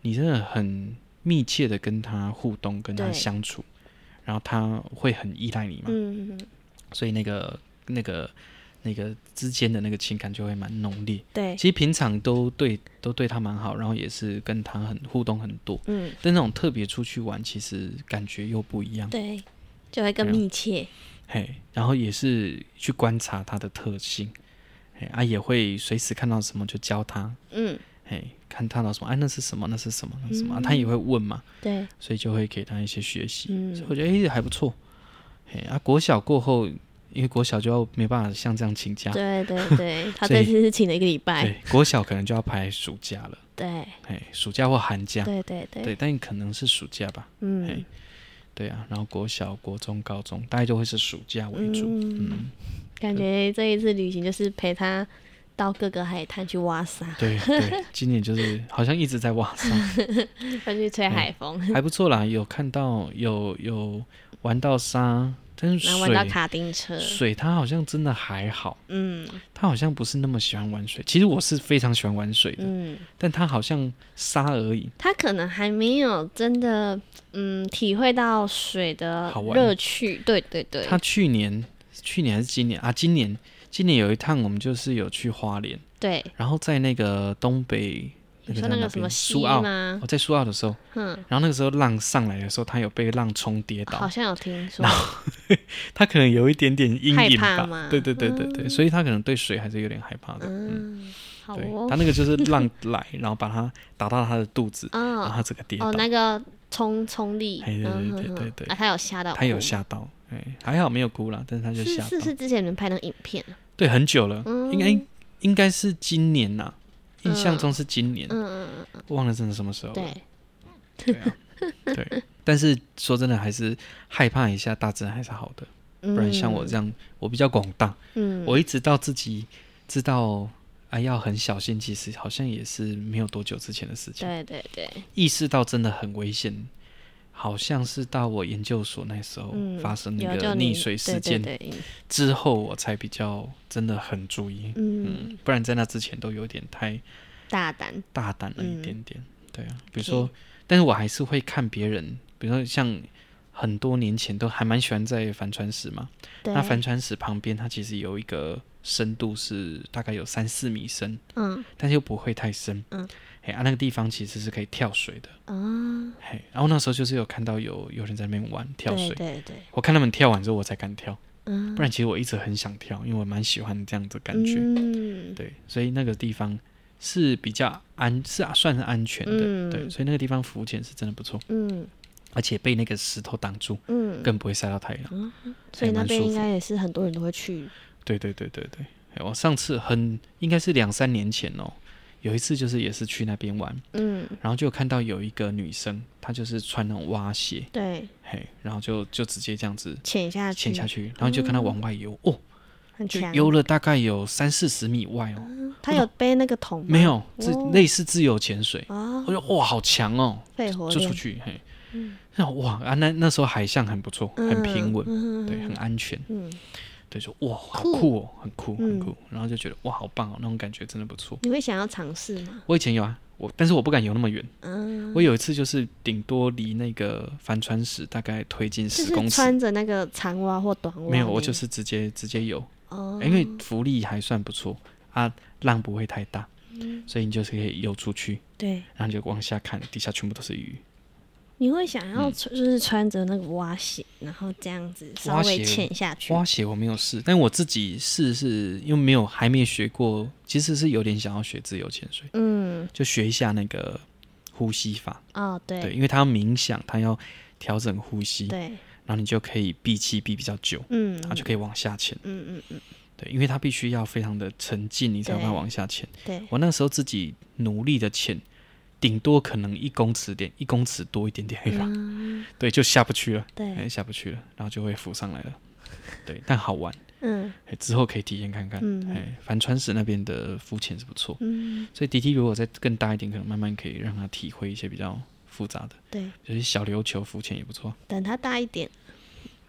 Speaker 2: 你真的很密切的跟他互动，跟他
Speaker 1: 对
Speaker 2: 相处，然后他会很依赖你嘛，
Speaker 1: 嗯，嗯嗯
Speaker 2: 所以那个那个那个之间的那个情感就会蛮浓烈。
Speaker 1: 对，
Speaker 2: 其实平常都对都对他蛮好，然后也是跟他很互动很多，
Speaker 1: 嗯，
Speaker 2: 但那种特别出去玩，其实感觉又不一样。
Speaker 1: 对，就会更
Speaker 2: 哎呦
Speaker 1: 密切，
Speaker 2: 嘿，然后也是去观察他的特性，嘿啊，也会随时看到什么就教他，
Speaker 1: 嗯，
Speaker 2: 嘿，看看到什么，哎、那是什么？那是什么？那是什么？啊他也会问嘛，
Speaker 1: 对，
Speaker 2: 所以就会给他一些学习。所以
Speaker 1: 嗯嗯，
Speaker 2: 我觉得哎、还不错。嘿啊，国小过后，因为国小就要没办法像这样请假，
Speaker 1: 对对
Speaker 2: [laughs]
Speaker 1: 对，他
Speaker 2: 所
Speaker 1: 这
Speaker 2: 以
Speaker 1: 次是请了一个礼拜，
Speaker 2: 对，国小可能就要排暑假了，
Speaker 1: 对，
Speaker 2: 嘿，暑假或寒假，
Speaker 1: 对对对，
Speaker 2: 对，但可能是暑假吧，
Speaker 1: 嗯
Speaker 2: 嘿，对啊，然后国小、国中、高中大概就会是暑假为主，
Speaker 1: 嗯，
Speaker 2: 嗯，
Speaker 1: 感觉这一次旅行就是陪他到各个海滩去挖
Speaker 2: [laughs]
Speaker 1: 沙，
Speaker 2: 对
Speaker 1: [laughs]
Speaker 2: 对，今年就是好像一直在网上，
Speaker 1: 要去吹海风，
Speaker 2: 还不错啦，有看到有有玩到沙，但是
Speaker 1: 然后玩到
Speaker 2: 水
Speaker 1: 卡丁车，
Speaker 2: 水他好像真的还好，
Speaker 1: 嗯
Speaker 2: 他好像不是那么喜欢玩水。其实我是非常喜欢玩水的，
Speaker 1: 嗯。
Speaker 2: 但他好像沙而已。
Speaker 1: 他可能还没有真的嗯体会到水的
Speaker 2: 好玩
Speaker 1: 乐趣，对对对，
Speaker 2: 他去年去年还是今年啊？今年今年有一趟我们就是有去花莲，
Speaker 1: 对
Speaker 2: 然后在那个东北。
Speaker 1: 你
Speaker 2: 叫
Speaker 1: 说那
Speaker 2: 哪
Speaker 1: 个什么
Speaker 2: 边
Speaker 1: 溪
Speaker 2: 苏澳，
Speaker 1: 吗？
Speaker 2: 我在苏澳的时候，
Speaker 1: 嗯，
Speaker 2: 然后那个时候浪上来的时候，他有被浪冲跌
Speaker 1: 好
Speaker 2: 倒，
Speaker 1: 像有听说，啊
Speaker 2: 他可能有一点点阴
Speaker 1: 害
Speaker 2: 影
Speaker 1: 怕
Speaker 2: 吧
Speaker 1: 吗。
Speaker 2: 对对对对对，所以他可能对水还是有点害怕的。嗯，
Speaker 1: 嗯，好
Speaker 2: 对
Speaker 1: 哦
Speaker 2: 他，那个就是浪来，然后把他打到他的肚子，然后
Speaker 1: 啊
Speaker 2: 他整个跌
Speaker 1: [laughs]
Speaker 2: 倒
Speaker 1: 哦，，那个冲冲力，
Speaker 2: 嘿对对
Speaker 1: 嗯
Speaker 2: 对对
Speaker 1: 哼
Speaker 2: 对
Speaker 1: 哼
Speaker 2: 对
Speaker 1: 啊，他有吓到，
Speaker 2: 他有，吓到。哎，还好没有哭啦，但是他就是吓
Speaker 1: 是
Speaker 2: 到。
Speaker 1: 是之前你们拍那个影片，
Speaker 2: 对，很久了，
Speaker 1: 嗯
Speaker 2: 应该应该是今年呐，印象中是今年，
Speaker 1: 嗯嗯嗯，
Speaker 2: 忘了真的什么时候了。
Speaker 1: 对，
Speaker 2: 对啊，
Speaker 1: [laughs]
Speaker 2: 对。但是说真的，还是害怕一下大自然还是好的，
Speaker 1: 不
Speaker 2: 不然像我这，样，我比较广大，
Speaker 1: 嗯，
Speaker 2: 我一直到自己知道啊要很小心，其实好像也是没有多久之前的事情。
Speaker 1: 对对对，
Speaker 2: 意识到真的很危险，好像是到我研究所那时候
Speaker 1: 嗯，
Speaker 2: 发生那
Speaker 1: 有
Speaker 2: 个
Speaker 1: 就
Speaker 2: 溺
Speaker 1: 你
Speaker 2: 水
Speaker 1: 对
Speaker 2: 事件
Speaker 1: 对对
Speaker 2: 之后，我才比较真的很注意。
Speaker 1: 嗯，
Speaker 2: 不然在那之前都有点太
Speaker 1: 大胆，
Speaker 2: 大胆了一
Speaker 1: 嗯
Speaker 2: 点点。对啊，比如说，但是我还是会看别人，比如说像很多年前都还蛮喜欢在帆船室嘛。
Speaker 1: 对，
Speaker 2: 那帆船室旁边它其实有一个深度是大概有三四米深，
Speaker 1: 嗯
Speaker 2: 但是又不会太深。
Speaker 1: 嗯，
Speaker 2: 嘿啊，那个地方其实是可以跳水的。
Speaker 1: 啊，
Speaker 2: 嘿，然后那时候就是有看到有有人在那边玩跳
Speaker 1: 对
Speaker 2: 水，
Speaker 1: 对对，
Speaker 2: 我看他们跳完之后我才敢跳，
Speaker 1: 嗯
Speaker 2: 不。然其实我一直很想跳，因为我蛮喜欢这样子的感觉。
Speaker 1: 嗯，
Speaker 2: 对，所以那个地方是比较安，是啊，算是安全的。
Speaker 1: 嗯
Speaker 2: 对，所以那个地方浮潜是真的不错，
Speaker 1: 嗯
Speaker 2: 而且被那个石头挡住，
Speaker 1: 嗯，
Speaker 2: 更不会晒到太阳。
Speaker 1: 所以
Speaker 2: 还
Speaker 1: 那
Speaker 2: 蛮
Speaker 1: 边
Speaker 2: 舒
Speaker 1: 应
Speaker 2: 服
Speaker 1: 该也是很多人都会去。
Speaker 2: 对对对对对，哎我上次很应该是两三年前哦，有一次就是也是去那边玩，
Speaker 1: 嗯，
Speaker 2: 然后就有看到有一个女生，她就是穿那种蛙鞋，
Speaker 1: 对，
Speaker 2: 嘿，然后就就直接这样子
Speaker 1: 潜下去，
Speaker 2: 潜下去，然后就看她往外游，哦，
Speaker 1: 很
Speaker 2: 就
Speaker 1: 强。
Speaker 2: 游了大概有三四十米外哦，
Speaker 1: 他有背那个桶吗？
Speaker 2: 没有，这
Speaker 1: 哦
Speaker 2: 类似自由潜水。
Speaker 1: 啊
Speaker 2: 我，就哇，好强哦，
Speaker 1: 肺活
Speaker 2: 就
Speaker 1: 量
Speaker 2: 出去嘿。
Speaker 1: 嗯
Speaker 2: 那哇啊，那那时候海象很不错，很平稳，
Speaker 1: 嗯
Speaker 2: 对，很安全。
Speaker 1: 嗯，
Speaker 2: 对，就哇，好
Speaker 1: 酷
Speaker 2: 酷哦，很酷，很
Speaker 1: 嗯
Speaker 2: 酷。然后就觉得哇，好棒哦，那种感觉真的不错。
Speaker 1: 你会想要尝试吗？
Speaker 2: 我以前有啊，我但是我不敢游那么远。
Speaker 1: 嗯，
Speaker 2: 我有一次就是顶多离那个帆船室大概推进
Speaker 1: 就
Speaker 2: 十公
Speaker 1: 是
Speaker 2: 尺，
Speaker 1: 穿着那个长袜或短袜。
Speaker 2: 没有，我就是直接直接游，哎
Speaker 1: 哦，
Speaker 2: 因为浮力还算不错啊，浪不会太大，
Speaker 1: 嗯
Speaker 2: 所以你就是可以游出去，
Speaker 1: 对，
Speaker 2: 然后你就往下看，底下全部都是鱼。
Speaker 1: 你会想
Speaker 2: 嗯
Speaker 1: 要穿就是穿着那个蛙鞋，然后这样子稍
Speaker 2: 蛙
Speaker 1: 微
Speaker 2: 鞋
Speaker 1: 潜下去。
Speaker 2: 蛙鞋我没有试，但我自己试是因为没有还没学过，其实是有点想要学自由潜水，
Speaker 1: 嗯，
Speaker 2: 就学一下那个呼吸法，
Speaker 1: 哦，对
Speaker 2: 对，因为它要冥想，它要调整呼吸，
Speaker 1: 对，
Speaker 2: 然后你就可以闭气闭比较久，
Speaker 1: 嗯，
Speaker 2: 然后就可以往下潜，
Speaker 1: 嗯嗯嗯，
Speaker 2: 对，因为它必须要非常的沉静，你才有办法
Speaker 1: 对
Speaker 2: 往下潜。
Speaker 1: 对，
Speaker 2: 我那时候自己努力的潜，顶多可能一公尺点，一公尺多一点点而已吧，
Speaker 1: 嗯，
Speaker 2: 对，就下不去了，哎，
Speaker 1: 对，
Speaker 2: 下不去了，然后就会浮上来了，对，但好玩。
Speaker 1: 嗯
Speaker 2: 哎，之后可以体验看看。
Speaker 1: 嗯
Speaker 2: 哎，帆船室那边的浮潜是不错，
Speaker 1: 嗯，
Speaker 2: 所以 DT 如果再更大一点，可能慢慢可以让他体会一些比较复杂的，
Speaker 1: 对，
Speaker 2: 就是小琉球浮潜也不错。
Speaker 1: 等他大一点，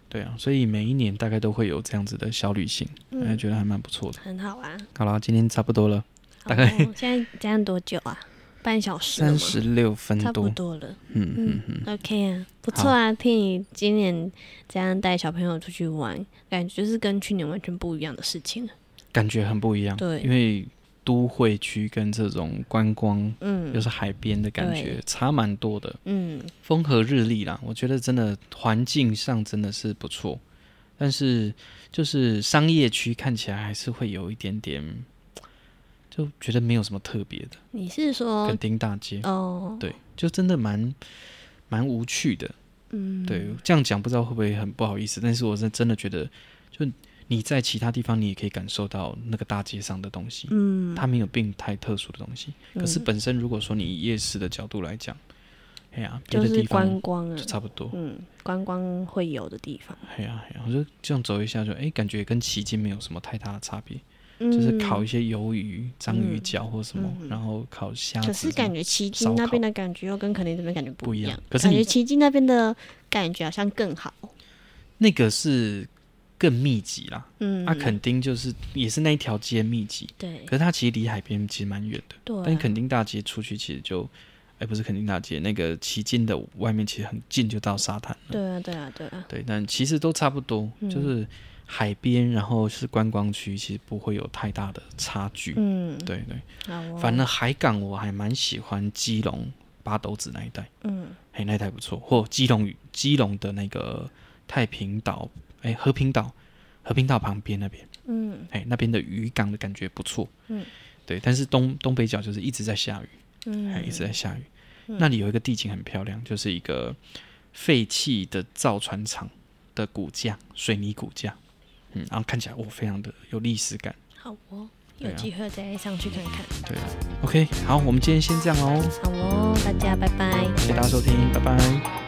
Speaker 2: 对啊，所以每一年大概都会有这样子的小旅行，
Speaker 1: 嗯
Speaker 2: 哎，觉得还蛮不错的。
Speaker 1: 很好玩。
Speaker 2: 好啦，今天差不多了，大
Speaker 1: 好
Speaker 2: 概
Speaker 1: 哦现在这样多久啊？半小时了
Speaker 2: 三
Speaker 1: 吗？
Speaker 2: 十六分
Speaker 1: 差不
Speaker 2: 多，
Speaker 1: 多了。
Speaker 2: 嗯嗯嗯，
Speaker 1: OK 啊，不错啊，听你今年这样带小朋友出去玩，感觉就是跟去年完全不一样的事情了。
Speaker 2: 感觉很不一样。
Speaker 1: 对
Speaker 2: 因为都会区跟这种观光又
Speaker 1: 嗯
Speaker 2: 是海边的感觉
Speaker 1: 对
Speaker 2: 差蛮多的。
Speaker 1: 嗯，
Speaker 2: 风和日丽啦，我觉得真的环境上真的是不错，但是就是商业区看起来还是会有一点点，就觉得没有什么特别的，
Speaker 1: 你是说
Speaker 2: 垦丁大街，
Speaker 1: 哦？
Speaker 2: 对，就真的蛮蛮无趣的。
Speaker 1: 嗯，
Speaker 2: 对，这样讲不知道会不会很不好意思，但是我是真的觉得，就你在其他地方你也可以感受到那个大街上的东西，
Speaker 1: 嗯，
Speaker 2: 它没有并太特殊的东西。可是本身如果说你以夜市的角度来讲，哎呀，别
Speaker 1: 就
Speaker 2: 的
Speaker 1: 是
Speaker 2: 地
Speaker 1: 观
Speaker 2: 方
Speaker 1: 光啊
Speaker 2: 就，差不多。
Speaker 1: 嗯，观光会有的地方，
Speaker 2: 哎呀哎呀，我就这样走一下就，哎，感觉跟奇经没有什么太大的差别，
Speaker 1: 就
Speaker 2: 就是烤一些鱿鱼、章鱼
Speaker 1: 嗯
Speaker 2: 脚或什么，
Speaker 1: 嗯
Speaker 2: 然后烤虾子
Speaker 1: 可
Speaker 2: 什
Speaker 1: 是
Speaker 2: 么。
Speaker 1: 感觉奇
Speaker 2: 烧
Speaker 1: 经那边的感觉又跟垦丁这边感觉
Speaker 2: 不
Speaker 1: 不
Speaker 2: 一
Speaker 1: 一
Speaker 2: 样
Speaker 1: 样，
Speaker 2: 可是
Speaker 1: 感
Speaker 2: 你
Speaker 1: 觉奇经那边的感觉好像更好。
Speaker 2: 那个是更密集啦，
Speaker 1: 嗯，
Speaker 2: 啊，垦丁就是也是那一条街密集，
Speaker 1: 对
Speaker 2: 可是它其实离海边其实蛮远的，
Speaker 1: 对啊，
Speaker 2: 但垦丁大街出去其实就。哎，不是垦丁大街，那个奇经的外面其实很近，就到沙滩了。
Speaker 1: 对啊对啊对啊，
Speaker 2: 对，但其实都差不多，
Speaker 1: 嗯
Speaker 2: 就是海边，然后是观光区，其实不会有太大的差距。
Speaker 1: 嗯，
Speaker 2: 对对。
Speaker 1: 好哦，
Speaker 2: 反正海港我还蛮喜欢基隆八斗子那一带，
Speaker 1: 嗯
Speaker 2: 嘿，那一带不错。或基隆屿基隆的那个太平岛，哎，和平岛，和平岛旁边那边，
Speaker 1: 嗯
Speaker 2: 哎，那边的渔港的感觉不错。
Speaker 1: 嗯，
Speaker 2: 对。但是东东北角就是一直在下雨，还
Speaker 1: 嗯，
Speaker 2: 一直在下雨。那里有一个地景很漂亮，就是一个废弃的造船厂的骨架，水泥骨架，嗯，然后看起来哦，非常的有历史感。
Speaker 1: 好哦，
Speaker 2: 对
Speaker 1: 有
Speaker 2: 啊
Speaker 1: 机会再上去看看。
Speaker 2: 对，OK，好，我们今天先这样哦，
Speaker 1: 好哦，大家拜拜。
Speaker 2: 谢谢大家收听，拜拜。